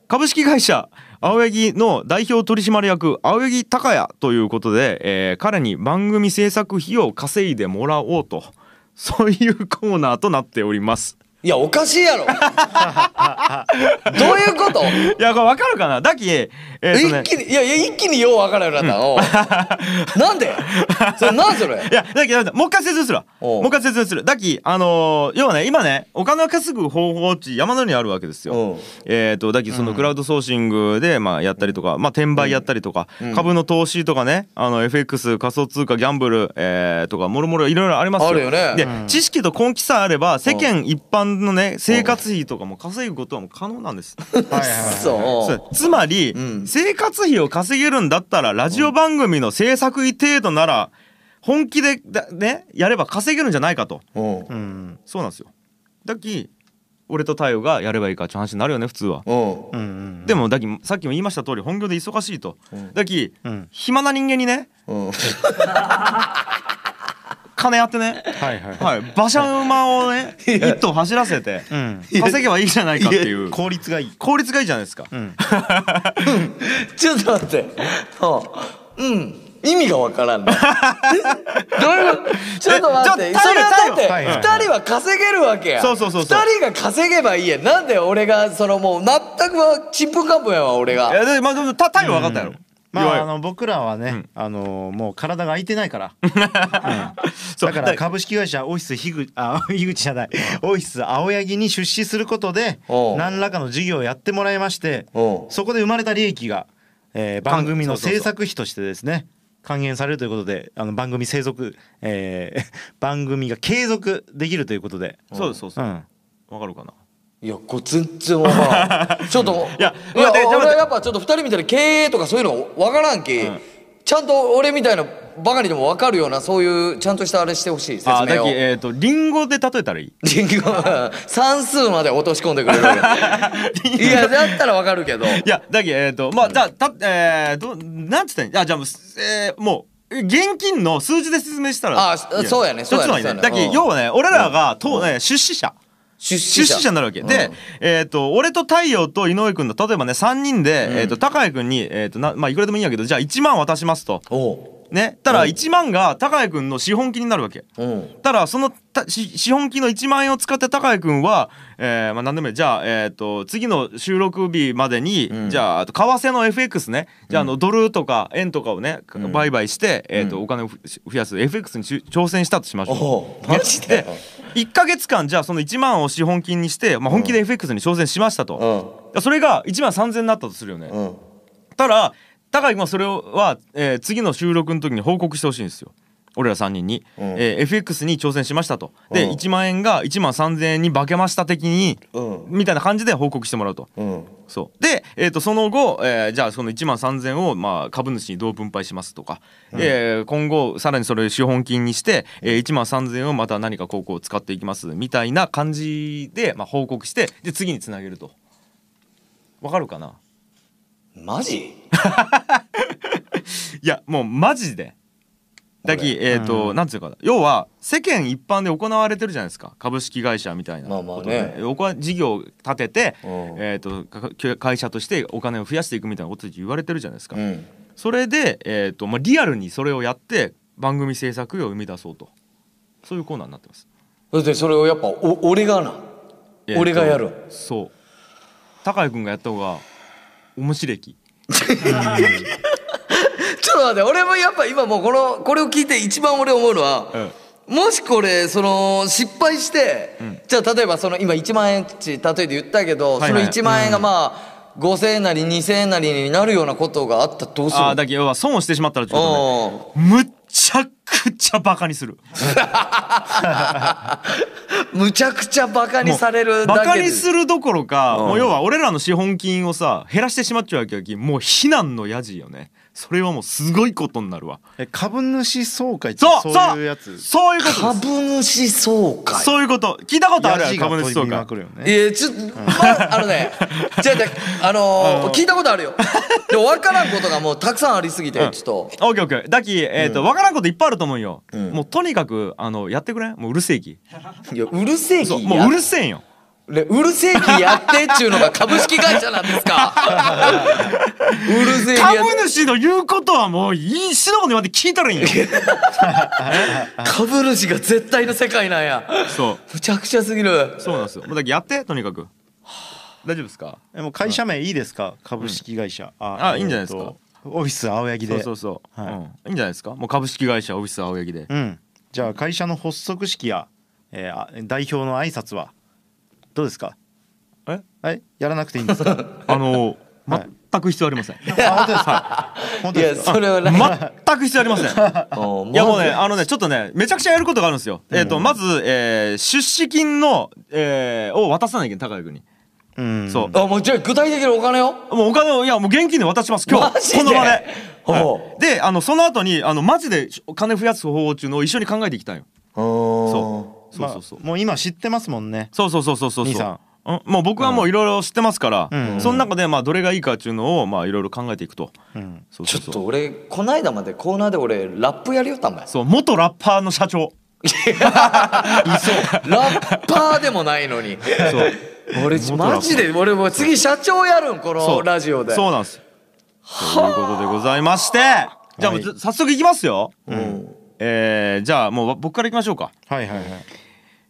S2: 株式会社青柳の代表取締役青柳孝也ということで、えー彼に番組制作費を稼いでもらおうと そういうコーナーとなっております。
S1: いやおかしいやろどういうこと
S2: いやこれわかるかなだき、えーとね
S1: 一気にいやいや一気にようわからんようになった、おうなんでそれなんそれ
S2: いやだけどもう一回説明するわも
S1: おう
S2: う一回説明するだきあのー要はね今ねお金を稼ぐ方法値山のようにあるわけです
S1: お
S2: よ
S1: う
S2: えっ、とだきそのクラウドソーシングでまあやったりとか、まあ転売やったりとか、
S1: うん
S2: 株の投資とかねあの FX 仮想通貨ギャンブル、えーとかもろもろいろいろありますよ
S1: あるよね
S2: で、知識と根気さえあれば世間一般のね生活費とかも稼ぐことはもう可能なんです
S1: そ
S2: そう
S1: う
S2: つまり、
S1: うん
S2: 生活費を稼げるんだったらラジオ番組の制作費程度なら本気でだねやれば稼げるんじゃないかと
S1: うんうん
S3: うん
S2: そうなんですよだっき俺と太陽がやればいいかって話になるよね普通は、
S3: うんうん
S2: でもだっきさっきも言いました通り本業で忙しいと、だっき、
S3: うん
S2: 暇な人間にね
S1: うん
S2: 金やってね
S3: はい
S2: は
S3: はい
S2: い馬車馬をね一頭走らせて
S3: うん
S2: 稼げばいいじゃないかっていう
S3: 効率がいい
S2: 効率がいいじゃないですか、
S3: うん
S1: ちょっと待ってうんうん意味がわからんなどういうちょっと待って
S2: え
S1: そ
S2: じゃあ
S1: れだって
S3: はいはい
S1: 2人は稼げるわけや
S2: そうそうそうそう
S1: 2人が稼げばいいやなんで俺がそのもう全くちんぷんかんぷんやわ俺
S2: いや
S1: が
S2: でまあでもた太陽分かったやろ、
S3: ま
S2: 弱い
S3: ああの僕らはね、あのもう体が空いてな いから、うん
S2: そう
S3: だから株式会社オフィスひぐあ樋口じゃないオフィス青柳に出資することで
S1: おう
S3: 何らかの事業をやってもらいまして
S1: おう
S3: そこで生まれた利益が、えー
S2: 還
S3: 番組の
S2: そうそうそう
S3: 制作費としてですね還元されるということであの番組継続、えー 番組が継続できるということで、
S2: そうですそうです
S3: う
S2: わ、
S3: ん、
S2: かるかない
S1: やこれ全然わから んちょっと
S2: いや
S1: いや
S2: 待って待って
S1: 俺はやっぱちょっと2人みたいな経営とかそういうのわからんき、ちゃんと俺みたいなばかりでもわかるようなそういうちゃんとしたあれしてほしい説
S2: あだ
S1: 明
S2: っ
S1: を
S2: きえっ、とリンゴで例えたら いい
S1: リンゴ算数まで落とし込んでく れるいやだったらわかるけど
S2: いやだっきえっ、とまあじゃあたえー、どなんつったらいいんあじゃあもう、えー、もう現金の数字で説明したら
S1: あそそうやねそう
S2: 一つ
S1: やね
S2: のいいね
S1: そうや
S2: だ
S1: ね
S2: き
S1: うん
S2: 要はね俺らが、とえー出資者
S1: 出
S2: 出資者になるわけ、で
S1: うん、
S2: えー、と俺と太陽と井上君の例えばね3人で、えー、と高井君に、えーとなまあ、いくらでもいいんやけどじゃあ1万渡しますと
S1: おう
S2: ねたら1万が高井君の資本金になるわけ。
S1: うん
S2: ただそのたし資本金の1万円を使って高井君は、えーまあ、何でもいいじゃあ、えー、と次の収録日までに、じゃああと為替の FX ねじゃああのドルとか円とかをね、売買して、えーとお金をふ増やす FX にし挑戦したとしましょ
S1: お
S2: う。
S1: うマジで
S2: ね1か月間じゃあその1万を資本金にして、まあ、本気で FX に挑戦しました
S1: う
S2: と、
S1: ん
S2: それが1万3,000になったとするよね、
S1: うん
S2: ただ高井君はそれをは、えー次の収録の時に報告してほしいんですよ俺ら3人に、
S1: うん
S2: えー FX に挑戦しましたとで、
S1: うん
S2: 1万円が1万3,000円に化けました的に、
S1: うん
S2: みたいな感じで報告してもらうと
S1: うん
S2: そうで、えー、とその後、えーじゃあその1万3,000を、まあ、株主にどう分配しますとか、えー今後さらにそれを資本金にして、えー1万3,000をまた何かこうこう使っていきますみたいな感じで、まあ、報告してで次につなげるとわかるかな
S1: マジ
S2: いやもうマジでだきえっ、と、なんていうかな要は世間一般で行われてるじゃないですか株式会社みたいな
S1: まあまあ
S2: こと
S1: ね
S2: で僕は事業を立てて、
S1: うん
S2: えー、とかか会社としてお金を増やしていくみたいなことって言われてるじゃないですか、
S1: うん
S2: それで、えーとまあ、リアルにそれをやって番組制作費を生み出そうとそういうコーナーになってます、
S1: だってそれをやっぱお俺がな
S2: えーと
S1: 俺がやる
S2: そう高井君がやった方が面白い き
S1: ちょっと待って俺もやっぱ今もうこのこれを聞いて一番俺思うのは、もしこれその失敗して、じゃあ例えばその今1万円って例えで言ったけど、
S2: はいはい
S1: その1万円がまあ、5,000円なり2,000円なりになるようなことがあったらどうする
S2: ああだけど要は損をしてしまったらちょっとね
S1: うん
S2: むっちゃくちゃバカにする
S1: むちゃくちゃバカにされるだ
S2: バ
S1: けで
S2: カにするどころか、
S1: うん
S2: もう要は俺らの資本金をさ減らしてしまっちゃうわけやきもう非難のやじよねそれはもうすごいことになるわ
S6: え株主総会って
S2: そ
S6: そ
S2: うそうう
S6: いうやつ
S2: そういうことです
S1: 株主総会
S2: そういうこと聞いたことある
S6: ヤ
S2: や
S6: ジ
S2: ん
S6: が
S2: 株
S6: 飛
S2: 主
S6: び
S2: 総
S6: ま
S2: 会
S6: くるよね
S1: いやちょっと、まあ、あ のねじゃあじゃああのー聞いたことあるよでも分からんことがもうたくさんありすぎて
S2: うん
S1: ちょっと
S2: オッケーオッケーダッキーえっ、と、わからんこといっぱいあると思うよ、もうとにかくあのやってくれもううるせえき
S1: いやうるせえ
S2: そう
S1: き
S2: も
S1: や
S2: ううるせえんよ
S1: ねうるせえきやってっちゅうのが株式会社なんですかうるせえきや
S2: 株主の言うことはもう一度もでまで聞いたらいいんよ
S1: 株主が絶対の世界なんや
S2: そう
S1: むちゃくちゃすぎる
S2: そうなんですよもうだっけやってとにかく 大丈夫ですか
S6: えもう会社名いいですか株式会社
S2: あいいんじゃないですか
S6: えーとオフィス青柳
S2: そう
S6: で
S2: そうそう、
S6: はい
S2: いうん、いいんじゃないですかもう株式会社オフィス青柳で
S6: うんじゃあ会社の発足式や、えーあ代表の挨拶はどうですか
S2: え
S6: はいやらなくていいんです か
S2: あの
S6: はい
S2: 全く必要ありません
S6: 本当
S1: い
S6: で
S1: や
S6: すか
S1: それはない
S2: 全く必要 ありませんいやもうねあのねちょっとねめちゃくちゃやることがあるんですよ、えっ、とまず、えー出資金の、えーを渡さなきゃ高井君に、
S6: うん
S2: そう
S1: あもうじゃあ具体的にお金を
S2: もうお金をいやもう現金で渡します今
S1: マジ
S2: 日こ
S1: で
S2: の場で
S1: ほ
S2: はいであのその後にあのマジでお金増やす方法っていうのを一緒に考えていきたいよそうそうそうそう、
S6: まあもう今知ってますもんね
S2: そうそうそうそうそう
S6: 兄さん
S2: うんもう僕はもういろいろ知ってますから、
S6: うん
S2: その中でまあどれがいいかっていうのをまあいろいろ考えていくと、
S6: うん
S2: そう
S1: ち
S2: そう
S1: ょっ
S2: そう
S1: と俺こないだまでコーナーで俺ラップやりよったん だよ
S2: そう元ラッパーの社長
S1: ラッパーでもないのに
S2: そう
S1: 俺
S2: 元ラッパー
S1: マジで俺もう次社長やるんこのラジオで
S2: そうなんですということでございましてじゃあもう早速いきますよ、
S1: ん
S2: えーじゃあもう僕からいきましょうか
S6: はいはいはい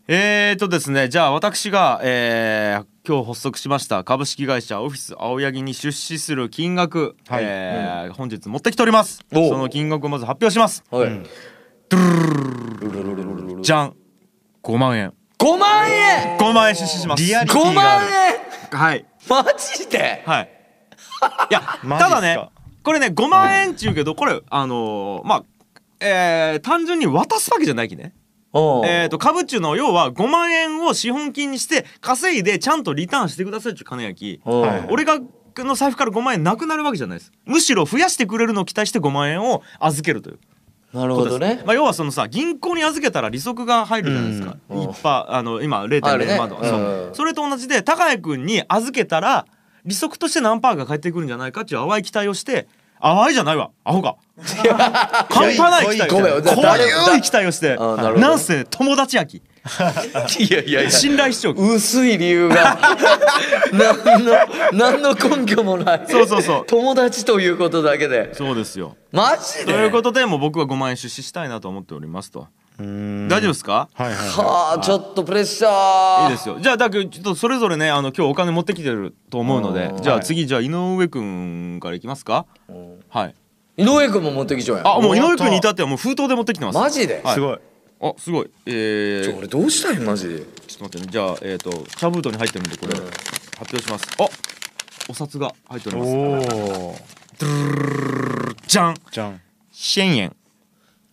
S2: えーとですねじゃあ私が、えー今日発足しました株式会社オフィス青柳に出資する金額、
S6: はい
S2: えー本日持ってきております
S1: おう
S2: その金額をまず発表します
S1: はい
S2: じゃん5万円
S1: 5万円
S2: 5万円出資します
S6: リアリテ
S1: 5
S6: ィがあ
S1: 万
S6: る
S1: 円
S2: はい
S1: マジ で
S2: はいいや
S6: マジっすか
S2: ただねこれね5万円っていうけどこれあのーまあえー単純に渡すわけじゃないきね
S1: うん
S2: えー、と株中の要は5万円を資本金にして稼いでちゃんとリターンしてくださいっていう金やき
S1: うん
S2: 俺がの財布から5万円なくなるわけじゃないですむしろ増やしてくれるのを期待して5万円を預けるという
S1: なる
S2: こ
S1: ほ
S2: と
S1: ど
S2: です
S1: ね
S2: まあ、要はそのさ銀行に預けたら利息が入るじゃないですか、
S1: うん
S2: 一般あの今
S1: あるね
S2: 0.0万とか、そう
S1: うん
S2: それと同じで高谷君に預けたら利息として何パーが返ってくるんじゃないかっていう淡い期待をして淡いじゃないわアホか半端ない期待
S1: ごめん
S2: こう
S1: 誰
S2: いう期待をして
S1: あなるほど
S2: なんせ友達やき
S1: いやいやいや
S2: 信頼しちゃう
S1: 薄い理由が 何の何の根拠もない
S2: そうそうそう
S1: 友達ということだけで
S2: そうですよ
S1: マジ
S2: と
S1: で
S2: いうことでもう僕は5万円出資したいなと思っておりますと
S6: うん
S2: 大丈夫ですか
S6: はいはいは
S1: はあちょっとプレッシャ
S2: い
S1: ー
S2: いですよじゃあだけどちょっとそれぞれねあの今日お金持ってきてると思うのでじゃあ次じゃあ井上くんからいきますかはい
S1: 井上君も持ってきちゃうやん
S2: あもう井上くんに至ってはもう封筒で持ってきてます
S1: マジで、
S2: はい
S6: すごい
S2: あすごいえ
S1: ちょ
S2: ー
S1: 俺どうしたいマジで
S2: ちょっと待ってねじゃあえっと茶封筒に入ってるんでこれ発表しますあお札が入っております
S6: おお
S2: じゃん
S6: じゃん
S2: 1000円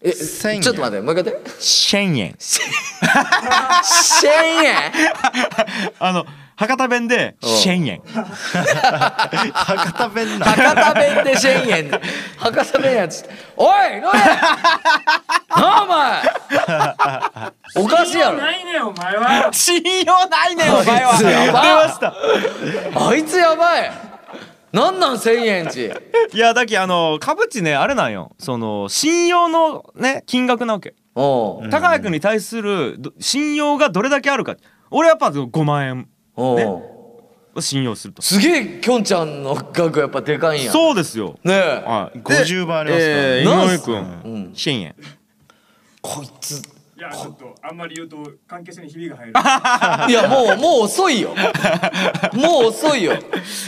S1: えち
S6: 千円
S1: ょっと待ってもう一回言って
S2: 1000円
S1: 1000円
S2: あの博多弁で1000円
S6: 博多弁な
S1: 博多弁で1000円博多弁やつおい井上なあお前おかしいやろ
S7: ないねお前は
S2: 信用ないねんお前
S1: あいつやば
S2: は出ました
S1: あいつやばいなんなん1000円ち
S2: いやだけあの株値ねあれなんよその信用のね金額なわけ、
S1: おう
S2: 高谷君に対するど信用がどれだけあるか俺やっぱ5万円
S1: おう
S2: を信用すると
S1: すげえきょんちゃんの額やっぱでかいんや
S2: そうですよ
S1: ねえ
S2: はい
S6: 50倍ありますからね
S2: えー井上君、
S1: うん
S2: 1000円
S1: こいつ
S7: いやちょっとあんまり言うと関係性にひびが入る
S1: いやもうもう遅いよもう遅いよ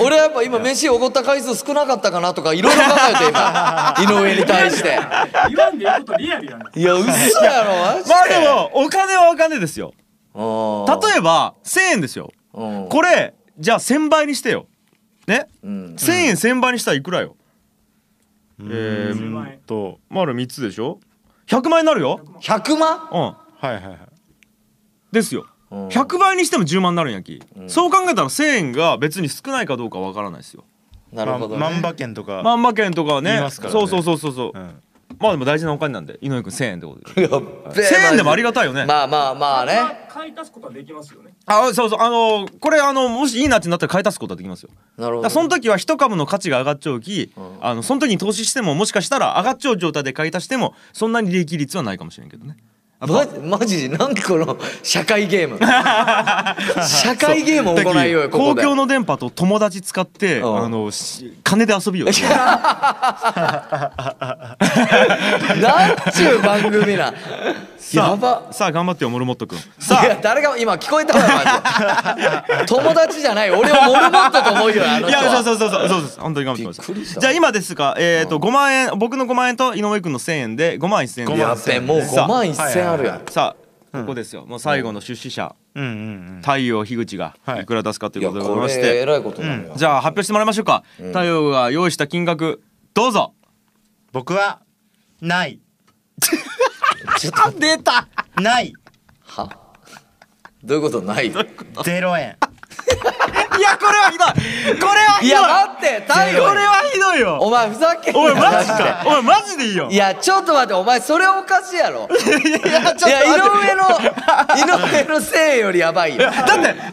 S1: 俺はやっぱ今飯おごった回数少なかったかなとかいろいろ考えて今井上に対して
S7: 言わんでいいことリアルやない
S1: や嘘やろマジで
S2: まあでもお金はお金ですよ
S1: も
S2: 例えば1000円ですよ
S1: うん
S2: これじゃあ1000倍にしてよね
S1: うん
S2: 1000円1000倍にしたらいくらよ、え
S7: 10
S2: ー、
S7: 万円
S6: と
S2: 丸3つでしょ100万円になるよ
S1: 100万
S2: うん
S6: はいはいはい
S2: ですよ
S1: うん
S2: 100倍にしても10万になるんやき、そう考えたら1,000円が別に少ないかどうかわからないですよ
S1: なるほどね
S6: まあ万馬券とか、
S2: 万馬券とかはね
S6: 言いますからね
S2: そうそうそうそうそう、
S6: うん
S2: まあでも大事なお金なんで井上くん1000円ってことで
S1: やっべえ
S2: 1000円でもありがたいよね
S1: まあまあまあね
S7: 買い足すことはできますよね。
S2: あそうそうあのこれあのもしいいなってなったら買い足すことはできますよ
S1: なる
S2: だから
S1: ほど
S2: その時は一株の価値が上がっちゃうき、あのその時に投資してももしかしたら上がっちゃう状態で買い足してもそんなに利益率はないかもしれんけどね
S1: マジマジなんかこの社会ゲー ム社会ゲームを行いようよここ
S2: 公
S1: で
S2: 共の電波と友達使って、
S1: うん
S2: あのし金で遊びよう
S1: なんちゅう番組なん
S2: さあ
S1: やば
S2: さあ頑張ってよモルモット 君
S1: い
S2: さ
S1: や誰が今聞こえたわ マジで友達じゃない俺をモルモットと思うよあ
S2: あ
S1: の
S2: い
S1: 人は
S2: やそうそうそうそうそうです本当に頑張って
S1: びっく
S2: くだ
S1: りし
S2: さい
S1: た
S2: じゃあ今ですかえっ、と5万円僕の5万円と井上君の1000円で5万1000円で
S1: やっべもう5万1000あるやん
S2: さあここですよもう最後の出資者、
S6: うんうんうん
S2: 太陽樋口が
S6: はい
S2: いくら出すかと
S1: い
S2: いう
S1: や
S2: ことでござい
S1: こ
S2: ま
S1: れ
S2: し
S1: え
S2: て、
S1: らいことなのよ
S2: じゃあ発表してもらいましょうか、太陽が用意した金額どうぞ
S6: 僕はない
S1: ちょっと出た
S6: ない
S1: はどういうことない
S6: ゼロ円
S2: いやこれはひどいこれはひ
S1: い
S2: どい
S1: や待って太陽
S2: これはひどいよ
S1: お前ふざけんな
S2: おいマジかおいマジでいいよ
S1: いやちょっと待ってお前それおかしい やろ
S2: いやち
S1: いや井上
S2: 待って
S1: の井上の せいよりやばいよ
S2: だってだ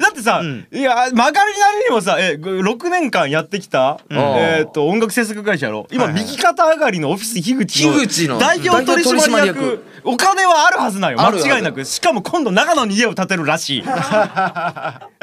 S2: ってさ、いや曲がりなりにもさえ6年間やってきた、えー、と音楽制作会社やろ今、右肩上がりのオフィス樋口の
S1: 樋口の
S2: 代表取締役
S1: 代表取締役
S2: お金はあるはずなんよ
S1: ある
S2: 間違いなくしかも今度長野に家を建てるら しい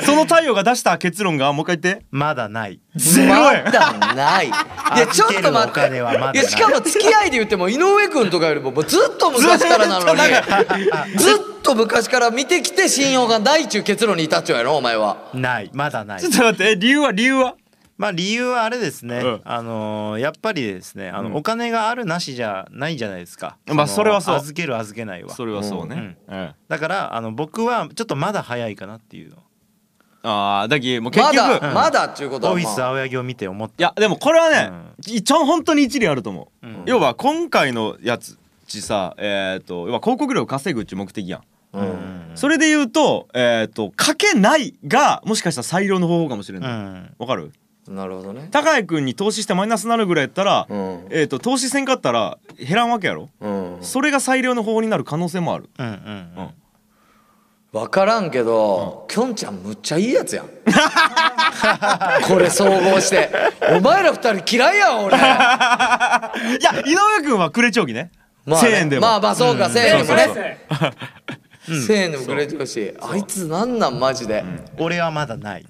S2: その太陽が出した結論がもう一回言って
S6: まだない
S2: ゼロ円
S1: まだないいやちょっと待
S6: 預
S1: っ
S6: けるお金
S1: て
S6: はまだない
S1: いやしかも付き合いで言っても井上君とかよりももうずっと昔からなのにずっと昔から見てきて信用がないっちゅう結論に至っちゃうやろお前は
S6: ないまだない
S2: ちょっと待ってえ理由は理由は
S6: まあ理由はあれですね、
S2: うん
S6: あのーやっぱりですねあの、
S2: うん
S6: お金があるなしじゃないじゃないですか
S2: ま
S6: の
S2: あそれはそう
S6: 預ける預けないは
S2: それはそうね、うん
S6: だからあの僕はちょっとまだ早いかなっていうの
S2: ああだきもう結
S1: ま
S2: 局、
S1: だまだっちゅうことは
S6: オフィ
S1: ま
S6: ス
S1: あ
S6: 青柳を見て思っ
S2: いやでもこれはね、いちょ本当に一理あると思う、
S6: うん
S2: 要は今回のやつちさえっ、と要は広告料を稼ぐっちゅう目的やん、
S6: た、うんうん
S2: それで言うとえっ、とかけないがもしかしたら採用の方法かもしれない、わかる
S1: なるほどね
S2: 高井君に投資してマイナスになるぐらいやったら、
S1: うん
S2: えっ、と投資せんかったら減らんわけやろ
S1: うん
S2: それが採用の方法になる可能性もある
S6: うんうんうん
S1: 分からんけど、きょんちゃんむっちゃいいやつやんこれ総合してお前ら二人嫌いやん俺
S2: いや井上君はくれちょうぎね、
S1: まあね
S2: 1000円でも、
S1: まあまあそうか、1000
S7: え
S1: 円で
S7: え、
S1: も
S7: これ
S1: ね1000円でもくれてほしいあいつなんなんマジで、
S6: 俺はまだない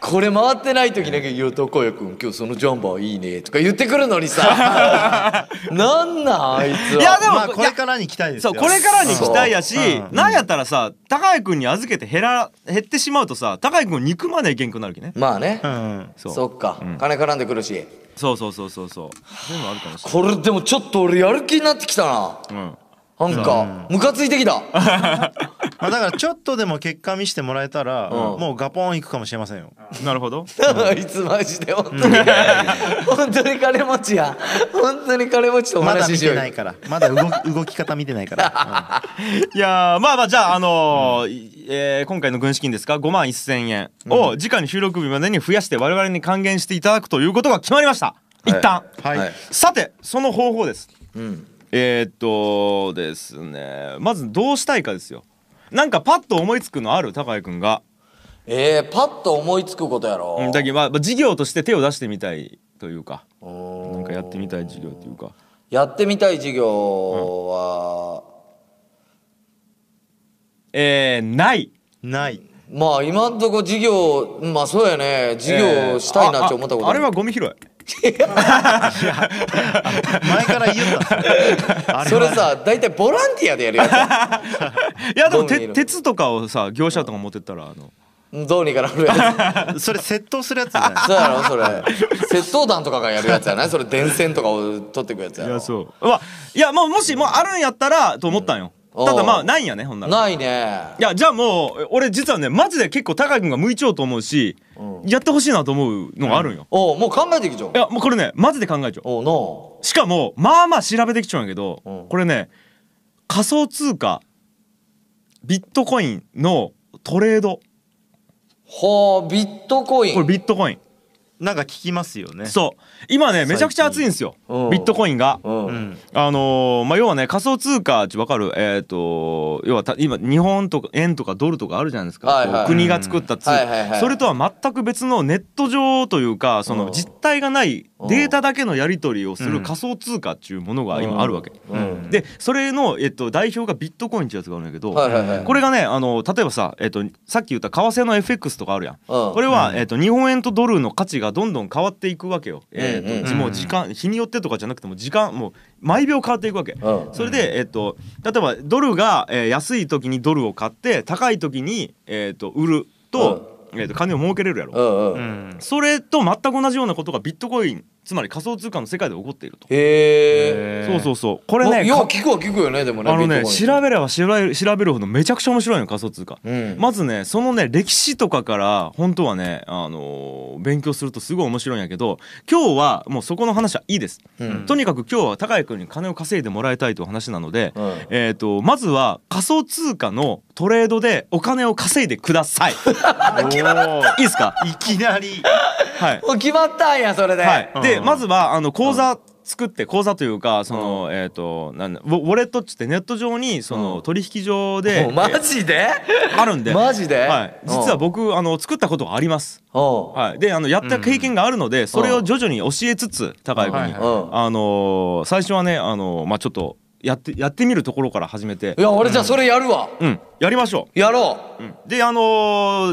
S1: これ回ってない時だけ「言うとこやくん今日そのジャンバーいいね」とか言ってくるのにさなんなんあいつはい
S2: やでも
S6: まあこれからに期待です
S2: そ
S6: よ
S2: うこれからに期待やし、
S6: うん
S2: なんやったらさ高井君に預けて減ら減ってしまうとさ高井君を憎まない原句になるきね
S1: まあね、
S6: うんうん
S2: そう
S1: そっか、金絡んでくるし
S2: そうそうそうそうそうでもあるかもし
S1: これでもちょっと俺やる気になってきたな
S2: れない、うん、
S1: なんかムカついてきた
S6: まあだからちょっとでも結果見せてもらえたら、
S1: うん
S6: もうガポンいくかもしれませんよ
S2: なるほど
S1: あいつマジで本当に本当に金持ちや本当に金持ちとお
S6: まだ
S1: 話し
S6: 見
S1: しよ
S6: て
S1: うよ
S6: ないからまだ動 き動き方見てないから、
S2: いやーまあまあじゃああのーいえー今回の軍資金ですか5万1,000円を次回の収録日までに増やして我々に還元していただくということが決まりました一旦、
S6: はい
S1: はい
S2: さてその方法です
S1: うん
S2: えー、っとですねまずどうしたいかですよなんかパッと思いつくのある高井君が
S1: えー、パッと思いつくことやろ
S2: うんだけどまあまあ事業として手を出してみたいというか
S1: な
S2: なんかやってみたい事業というか
S1: やってみたい授業は、
S2: えー、ない
S6: ない
S1: まあ今んとこ授業まあそうやね授業したいなって思ったこと
S2: あああ
S1: る
S2: れはゴミ拾い
S6: 前から言ったんですよあ
S1: そ
S6: は
S1: れさ大体ボランティアでやるや
S2: いやでも
S1: ゴミ
S2: て
S1: 拾い
S2: 鉄とかをさ業者とか持ってったらあの
S1: つどうにかなるや
S6: それ窃盗するやつじゃない
S1: つそうやろそれ窃盗団とかがやるやつやないそれ電線とかを取ってくやつや
S2: い
S1: ろ
S2: やそうまあいやまあもしもうあるんやったらと思ったんよ、
S1: うん
S2: ただま
S1: お
S2: あ
S1: う
S2: ないんやねほんなら
S1: ないね
S2: いやじゃあもう俺実はねマジで結構高井君が向いちゃうと思うし、やってほしいなと思うのがあるんよ、
S1: おうもう考えてきちゃおう
S2: いやもうこれねマジで考えちゃう
S1: おうの
S2: しかもまあまあ調べてきちゃうんやけど、
S1: うん
S2: これね仮想通貨ビットコインのトレード
S1: ほうビットコイン
S2: これビットコイン
S3: なんか聞きますよね。
S2: そう今ねめちゃくちゃ熱いんですよ
S1: うん
S2: ビットコインが。
S1: うん
S3: うん。
S2: あのーまあ、要はね仮想通貨ってわかるえっ、と要はた今日本とか円とかドルとかあるじゃないですか、
S1: はいはい
S2: こう国が作った通貨、
S1: はいはいはい
S2: それとは全く別のネット上というかそうの
S1: ん
S2: 実体がない
S1: うん
S2: データだけのやり取りをす
S3: う
S2: る
S3: ん
S2: 仮想通貨っていうものが今あるわけ、
S1: うん
S2: でそれの、えっと、代表がビットコインってやつがあるんだけど、
S1: はいはいはい
S2: これがねあの例えばさ、えっと、さっき言った為替の FX とかあるやん。これ
S1: は
S2: は、えっと日本円とドルの価値がどんどん変わっていくわけよ、えっ
S1: うん
S2: と
S1: うん
S2: もう時間日によってとかじゃなくても時間もう毎秒変わっていくわけ、
S1: うん
S2: それで、えっと例えばドルが、えー安い時にドルを買って高い時に、えっと売ると,、えっと金を儲けれるやろ、
S1: うんう
S3: うんん。
S2: それと全く同じようなことがビットコインつまり仮想通貨の世界で起こっていると、
S1: へえ
S2: そうそうそうこ
S1: こ
S2: れね
S1: よう
S2: か
S1: 聞くは聞くよねでもね
S2: あのね
S1: ビットコイン
S2: 調べれば調べる調べるほどめちゃくちゃ面白いの仮想通貨、
S1: うん
S2: まずねそのね歴史とかから本当はね、あのー勉強するとすごい面白いんやけど今日はもうそこの話はいいです、
S1: うん
S2: とにかく今日は高井君に金を稼いでもらいたいという話なので、
S1: うん
S2: えー、とまずは仮想通貨のトレードでお金を稼いでください いいですか
S3: いきなり。
S2: はい
S1: もう決まったんやそれで、
S2: はい、で、
S3: うん
S2: まずはあの口座作って口座というかその、えっ、となんだウォウォレットっつってネット上にその、取引上で、
S1: もうマジで
S2: あるんで
S1: マジで
S2: はい、実は僕あの作ったことがあります、
S1: おう
S2: はい、であのやった経験があるので、それを徐々に教えつつ高井君に、
S3: はい
S1: うん
S2: あのー最初はね、あのーまあ、ちょっとやってやってみるところから始めて
S1: い、や俺じゃあそれやるわ、
S2: うん、やりましょう
S1: やろ
S2: であの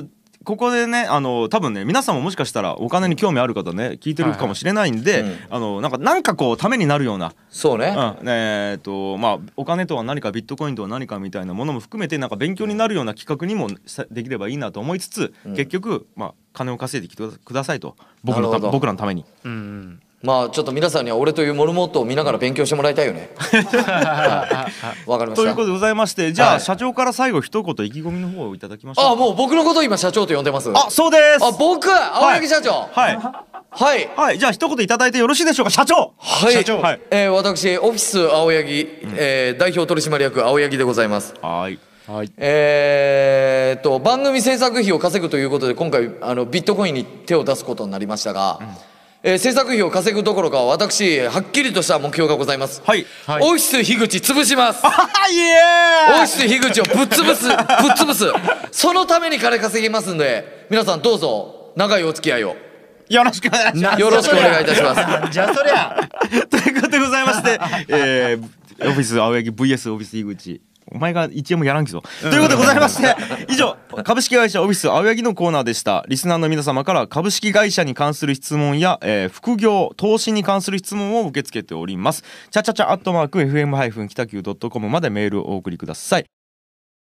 S2: ーここでね、あのー多分ね皆さんももしかしたらお金に興味ある方ね聞いてるかもしれないんで、
S1: はいはいうん
S2: あのーなんかなんかこうためになるような、
S1: うそう
S2: う
S1: ね、
S2: んえーっとまあ、お金とは何かビットコインとは何かみたいなものも含めてなんか勉強になるような企画にもさできればいいなと思いつつ、結局、まあ、金を稼いできてくださいと僕の
S1: な
S2: た
S1: るほど
S2: 僕らのために。
S3: うん。
S1: まあちょっと皆さんには俺というモルモットを見ながら勉強してもらいた いよねはいわかりま
S2: と
S1: し
S2: いう
S1: た
S2: ことでございましてじゃあ、
S1: はい
S2: 社長から最後一言意気込みの方をいただきましょう
S1: あもう僕のことを今社長と呼んでます
S2: あそうです
S1: あ僕青柳社長
S2: はい
S1: はい
S2: はいじゃあ一言いただいてよろしいでしょうか社長
S1: はい、
S2: 社長はい
S1: えー私オフィス青柳、えー代表取締役青柳でございます
S2: はい
S1: えーっと番組制作費を稼ぐということで今回あのビットコインに手を出すことになりましたが、えー制作費を稼ぐどころか私はっきりとした目標がございます、
S2: はい
S1: オフィス樋口潰します
S2: はいイ
S1: オ
S2: エ
S1: フィス樋口をぶっ潰すぶっ潰すそのために金稼ぎますんで皆さんどうぞ長いお付き合いを
S2: ーよろしくお願いします
S1: よろしくお願いいたします
S3: じゃあそりゃ。
S2: ということでございまして、えー、オフィス青柳 VS オフィス井口お前が一円もやらんけど、ということでございまして以上株式会社オフィス青柳のコーナーでしたリスナーの皆様から株式会社に関する質問や、えー副業投資に関する質問を受け付けておりますチャチャチャアットマーク FM- 北九 .com までメールをお送りください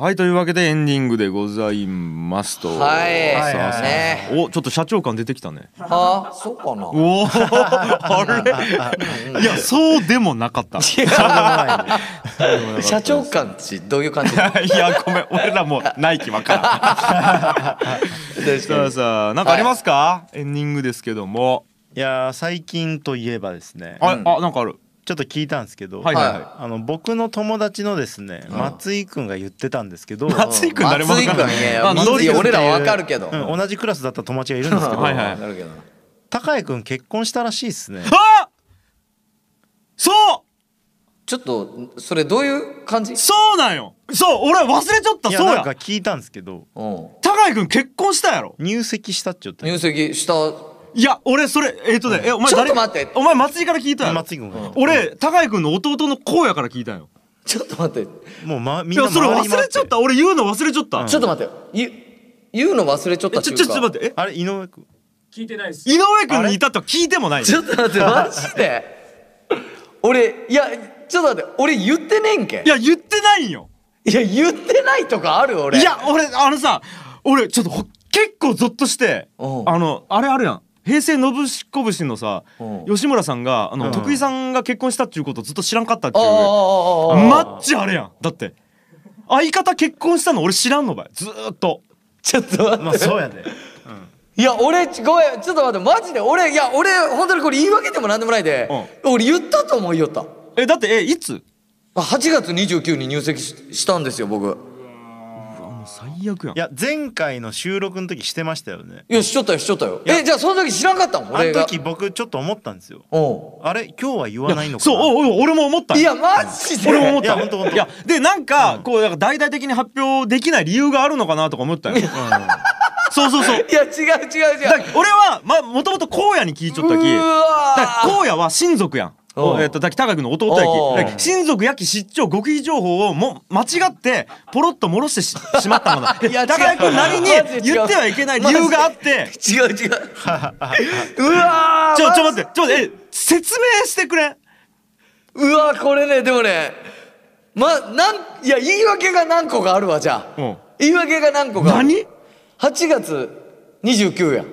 S2: はいというわけでエンディングでございますと
S1: はい
S2: さあさあさあ
S1: ね
S2: おちょっと社長感出てきたね
S1: あそうかな
S2: おおあれいやそうでもなかった
S1: 社長感ってどういう感じ
S2: いやごめん俺らもうない気わからんさあさあなんかありますか、エンディングですけども
S3: いやー最近といえばですね。
S2: あ、
S1: うん
S2: あなんかある
S3: ちょっと聞いたんですけど。
S2: はいはいはい、
S1: は
S3: あの僕の友達のですね松井くんが言ってたんですけど、
S2: 松井くん誰も
S1: 松井君ね
S2: あ
S1: 松井
S2: ノリ
S1: 俺らはわかるけど、
S3: うん同じクラスだった友達がいるんですけど、
S2: はいはい
S1: なるけど
S3: 高井くん結婚したらしいで すね。
S2: あそう
S1: ちょっとそれどういう感じ
S2: そうなんよそう俺忘れちゃった
S3: いや
S2: そう
S3: なん
S2: や
S3: か聞いたんですけど
S1: うん
S2: 高井君結婚したやろ
S3: 入籍したって言って
S1: 入籍した
S2: いや俺それえっ、とねえお前
S1: ちょっ
S2: 誰
S1: と待って
S2: お前松井から聞いたやろ
S3: 松井くんが、
S2: 俺高井君の弟の荒野から聞いたんよ
S1: ちょっと待って
S3: もう、ま、み
S2: い
S3: んな
S2: やそれ
S3: 回り
S2: 忘
S3: 回
S2: れ
S3: っ
S2: ちゃってた俺言うの忘れちゃった、
S1: ちょっと待って言う言うの忘れちゃっ
S2: え
S1: たっ
S2: ち
S1: てい
S2: ょ
S1: う
S2: ち
S1: か
S2: ょちょっと待ってえ
S3: あれ井上くん
S7: 聞いてないです
S2: 井上君にいたとは聞いてもない
S1: ちょっと待 ってマジで俺いやちょっと待って俺言ってねえんけ
S2: いや言ってないんよ
S1: いや言ってないとかある俺
S2: いや俺あのさ俺ちょっとほ結構ゾッとして
S1: うん
S2: あのあれあるやん平成のぶしこぶしのさ
S1: うん
S2: 吉村さんがあの、徳井さんが結婚したっちゅうことずっと知らんかったっちゅう
S1: ああああああああ
S2: マッチあれやんだって相方結婚したの俺知らんのばいずーっと
S1: ちょっと待って、
S6: まあそうやで
S1: いや俺ごめんちょっと待ってマジで俺いや俺本当にこれ言い訳でもなんでもないで、俺言ったと思いよった
S2: えだってえいつ
S1: あ8月29に入籍ししたんですよ僕
S2: もう最悪やん
S6: いや前回の収録の時してましたよね
S1: いやしちょったよしちょったよえじゃあその時知らんかったん
S6: あ
S1: 俺
S6: の
S1: が
S6: 時僕ちょっと思ったんですよ
S1: う
S6: あれ今日は言わないのかな
S2: そうおいおい俺も思った
S1: ん
S2: ん
S1: い
S2: よ
S1: やマジで
S2: 俺も思っ
S6: いや
S2: た
S6: 本当本当
S2: いやでなんかこうなんか大々的に発表できない理由があるのかなとか思ったよそうそうそう
S1: いや違う違う違
S2: だ
S1: う
S2: 俺はまもともと荒野に聞いちょったき
S1: うわ
S2: だから荒野は親族やん。
S1: おう
S2: えっと、だき高君の弟や
S1: おう
S2: きだき親族やき失調極秘情報をも間違ってポロッと漏らして ししまったものだ
S1: いや違う
S2: 高君なりに
S1: マジで違
S2: 言
S1: う
S2: ってはいけない理由があって
S1: 違う違ううわー
S2: ちょちょ待ってちょ待ってえ説明してくれん
S1: うわこれねでもねまなんいや言い訳が何個かあるわじゃあ、
S2: うん
S1: 言い訳が何個かある
S2: 何い
S1: 8月29や、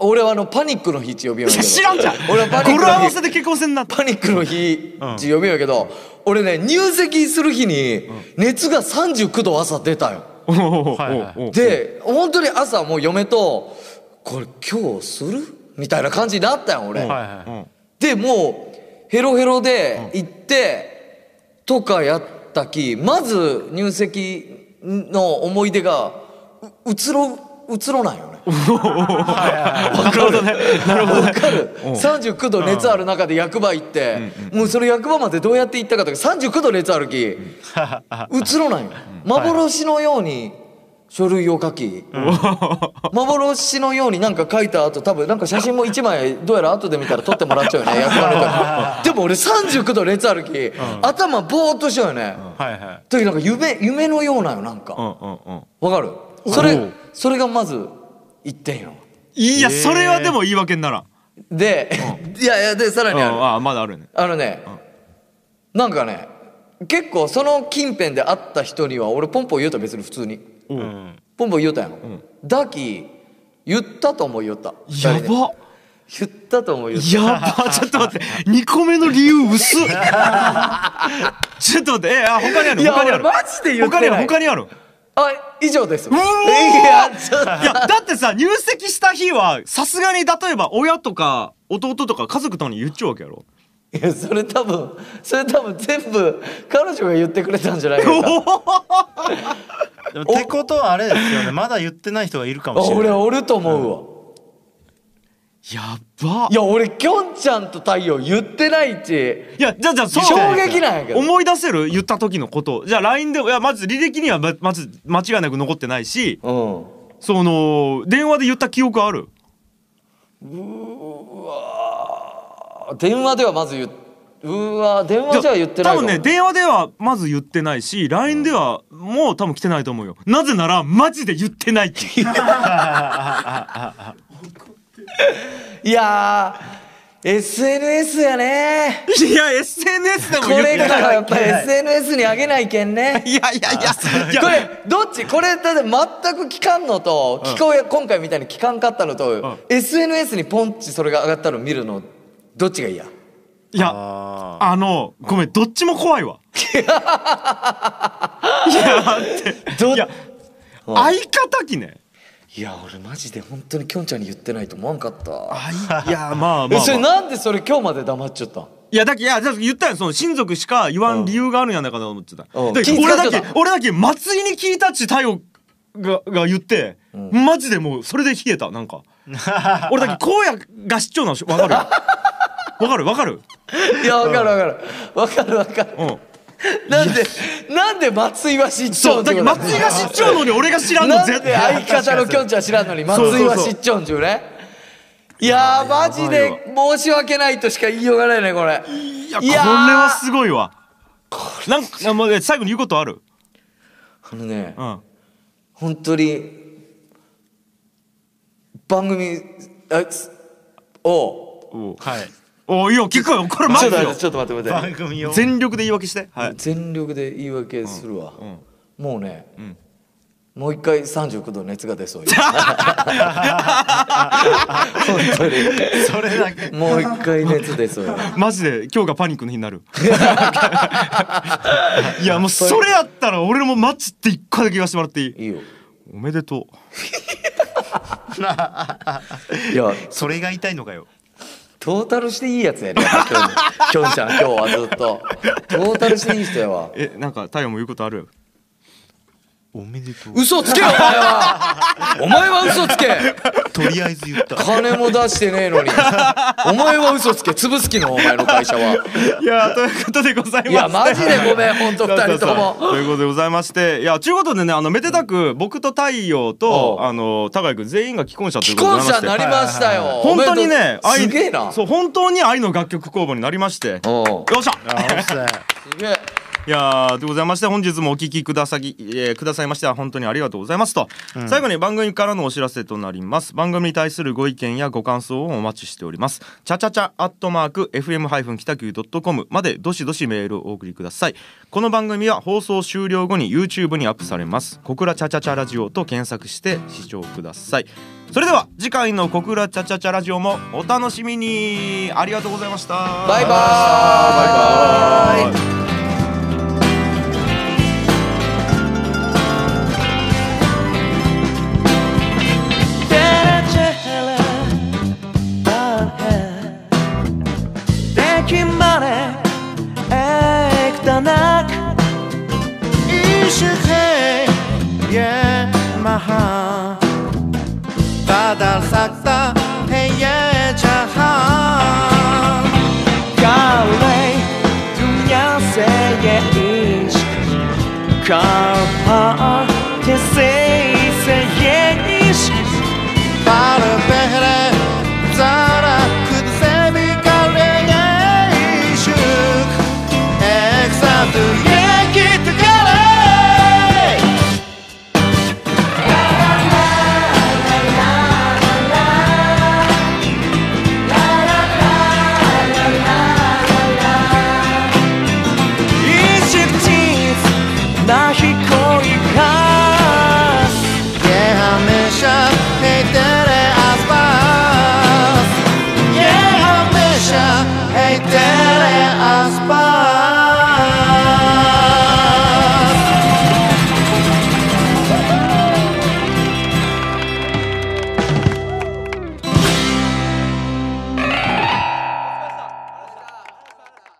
S1: 俺はあのパニックの日って呼びようや
S2: や
S1: けど
S2: 知らんじゃん
S1: 俺はパニッ
S2: 語
S1: ク
S2: 呂合わせ
S1: の日
S2: で結婚せんな
S1: パニックの日って呼びようやけど、俺ね入籍する日に熱が39度朝出たよ、
S2: おうおうおう
S6: はいはい
S2: おう
S1: で本当に朝もう嫁と「これ今日する?」みたいな感じになったよ俺、
S6: はいはい
S2: うん
S1: でもうヘロヘロで行って、とかやったきまず入籍の思い出がううつろうつろなんよね。
S2: なるほどねなるほど
S1: わかる39度熱ある中で役場行って、もうその役場までどうやって行ったかとか39度熱あるき、うつろなんよ幻のように書類を書き、幻のようになんか書いた後多分なんか写真も1枚どうやら後で見たら撮ってもらっちゃうよ ね役場の 時でも俺39度熱あるき、頭ボーっとしちゃうよね、
S6: はいはい
S1: 時なんか夢夢のようなんよなんか
S2: う
S1: わ、
S2: んうんうん
S1: かるそれそれがまず1点よ
S2: いやそれはでも言い訳にならん
S1: で、 いやいやでさらにある
S2: ああまだあるね
S1: あのね、なんかね結構その近辺で会った人には俺ポンポン言うた別に普通に
S6: うん
S1: ポンポン言うたやん、だき言ったと思いよった
S2: や
S1: 二人で
S2: ば
S1: 言ったと思いよった
S2: やば ちょっと待って2個目の理由薄っ ちょっと待ってえあ他にある
S1: いや
S2: 他にあ
S1: 俺
S2: る
S1: マジで言って
S2: 他
S1: な
S2: に
S1: い
S2: ある他にある
S1: あ以上です
S2: うおー
S1: いやちょっと
S2: いやだってさ入籍した日はさすがに例えば親とか弟とか家族とかに言っちゃうわけやろ
S1: いやそれ多分それ多分全部彼女が言ってくれたんじゃないかな
S6: でもってことはあれですよねまだ言ってない人がいるかもしれない
S1: 俺おると思うわ、
S2: やば
S1: いや俺きょんちゃんと太陽言ってないっち
S2: いやじゃあじゃあその
S1: 衝撃なんやけど
S2: 思い出せる言った時のことじゃあ LINE でいやまず履歴にはままず間違いなく残ってないし
S1: うん
S2: その電話で言った記憶ある
S1: 電話ではまず言ううわ電話では言ってない
S2: 多
S1: かも
S2: 分ね電話ではまず言ってないし LINE ではもう多分来てないと思うよなぜならマジで言ってないって いう
S1: いやー SNS やね
S2: いや SNS でも
S1: こ
S2: 言って
S1: れ
S2: ない
S1: からやっぱり SNS に上げないけんね
S2: いやいやいやいや
S1: これどっちこれだって全く聞かんのと聞こえ、今回みたいに聞かんかったのと、SNS にポンチそれが上がったの見るのどっちがいいや
S2: いやあ
S6: あ
S2: のごめんどっちも怖いわいやだって
S1: ど
S2: いや
S1: うん
S2: 相方きね
S1: いや俺マジで本当にきょんちゃんに言ってないと思わんかった
S2: あいいやまあまあ、ま
S1: え
S2: あ、
S1: それなんでそれ今日まで黙っちゃったん
S2: いやだけいやだって言ったよその親族しか言わん理由があるんやないかなと思ってた、
S1: うん
S2: で
S1: 気遣っ
S2: 俺だけ
S1: てた
S2: 俺だけ松井に聞いたっち太陽がが言って、マジでもうそれで冷えたなん か俺だけ荒野が市長なのしわかるよわかるわかる
S1: いやわかるわかるわかるわかる
S2: うん
S1: なんでなんで松井は知っちゃ
S2: そううん
S1: じ
S2: だ
S1: ゃ
S2: け松井が市長のに俺が知らんの
S1: なん
S2: 絶
S1: で
S2: 対
S1: 相方のきょんちゃん知らんのに松井は知っちゃうんじゅうねいやーマジで申し訳ないとしか言いようがないねこれ
S2: いやこ
S1: い
S2: れ
S1: やー
S2: はすごいわなんかもうえ最後に言うことある
S1: あのね
S2: うん
S1: 本当に番組あすを
S6: はい
S2: おいいよ聞くよこれ
S1: ち
S2: マジよ
S1: ょっと待ってちょっと待って待って
S6: 番組を
S2: 全力で言い訳してはい
S1: 全力で言い訳するわもうねもう一回39度熱が出 そうよ本当に
S6: それだけ
S1: もう一回熱出そうよ
S2: マジで今日がパニックの日になる いやもうそれやったら俺もマッチって一回だけ言わせてもらっていい
S1: いいよ
S2: おめでと
S1: いや
S6: それが痛いのかよ
S1: トータルしていいやつやねきょんちゃん今日はずっとトータルしていい人やわ
S2: うえなんか太陽も言うことある
S6: おめでとう
S1: 嘘つけお前はお前は嘘つけ
S6: とりあえず言った
S1: 金も出してねえのにお前は嘘つけ潰す気のお前の会社はい
S2: やーと いうことでございます
S1: いやマジでごめん本当
S2: そうそ
S1: 二
S2: う
S1: 人
S2: そう
S1: とも
S2: ということでございましていやちゅうことでねあのめでたく僕と太陽と
S1: おう
S2: あの高井君全員が既婚者という
S1: 既
S2: ことで
S1: 婚
S2: ございまして
S1: 者になりましたよ
S2: 本当にね
S1: おめ
S2: 愛
S1: でとうすげえな
S2: そう本当に愛の楽曲公募になりましてよ
S1: おう
S2: っしゃ
S1: すげえ
S2: いやーでございまして本日もお聞きくださぎ、えーくださいまして本当にありがとうございますと、最後に番組からのお知らせとなります番組に対するご意見やご感想をお待ちしておりますチャチャチャアットマーク FM- 北九 .com までどしどしメールをお送りくださいこの番組は放送終了後に YouTube にアップされます「小倉チャチャチャラジオ」と検索して視聴くださいそれでは次回の「小倉チャチャチャラジオ」もお楽しみにありがとうございました
S1: バイバーイ
S2: バイバイ
S8: 「エクサトゥ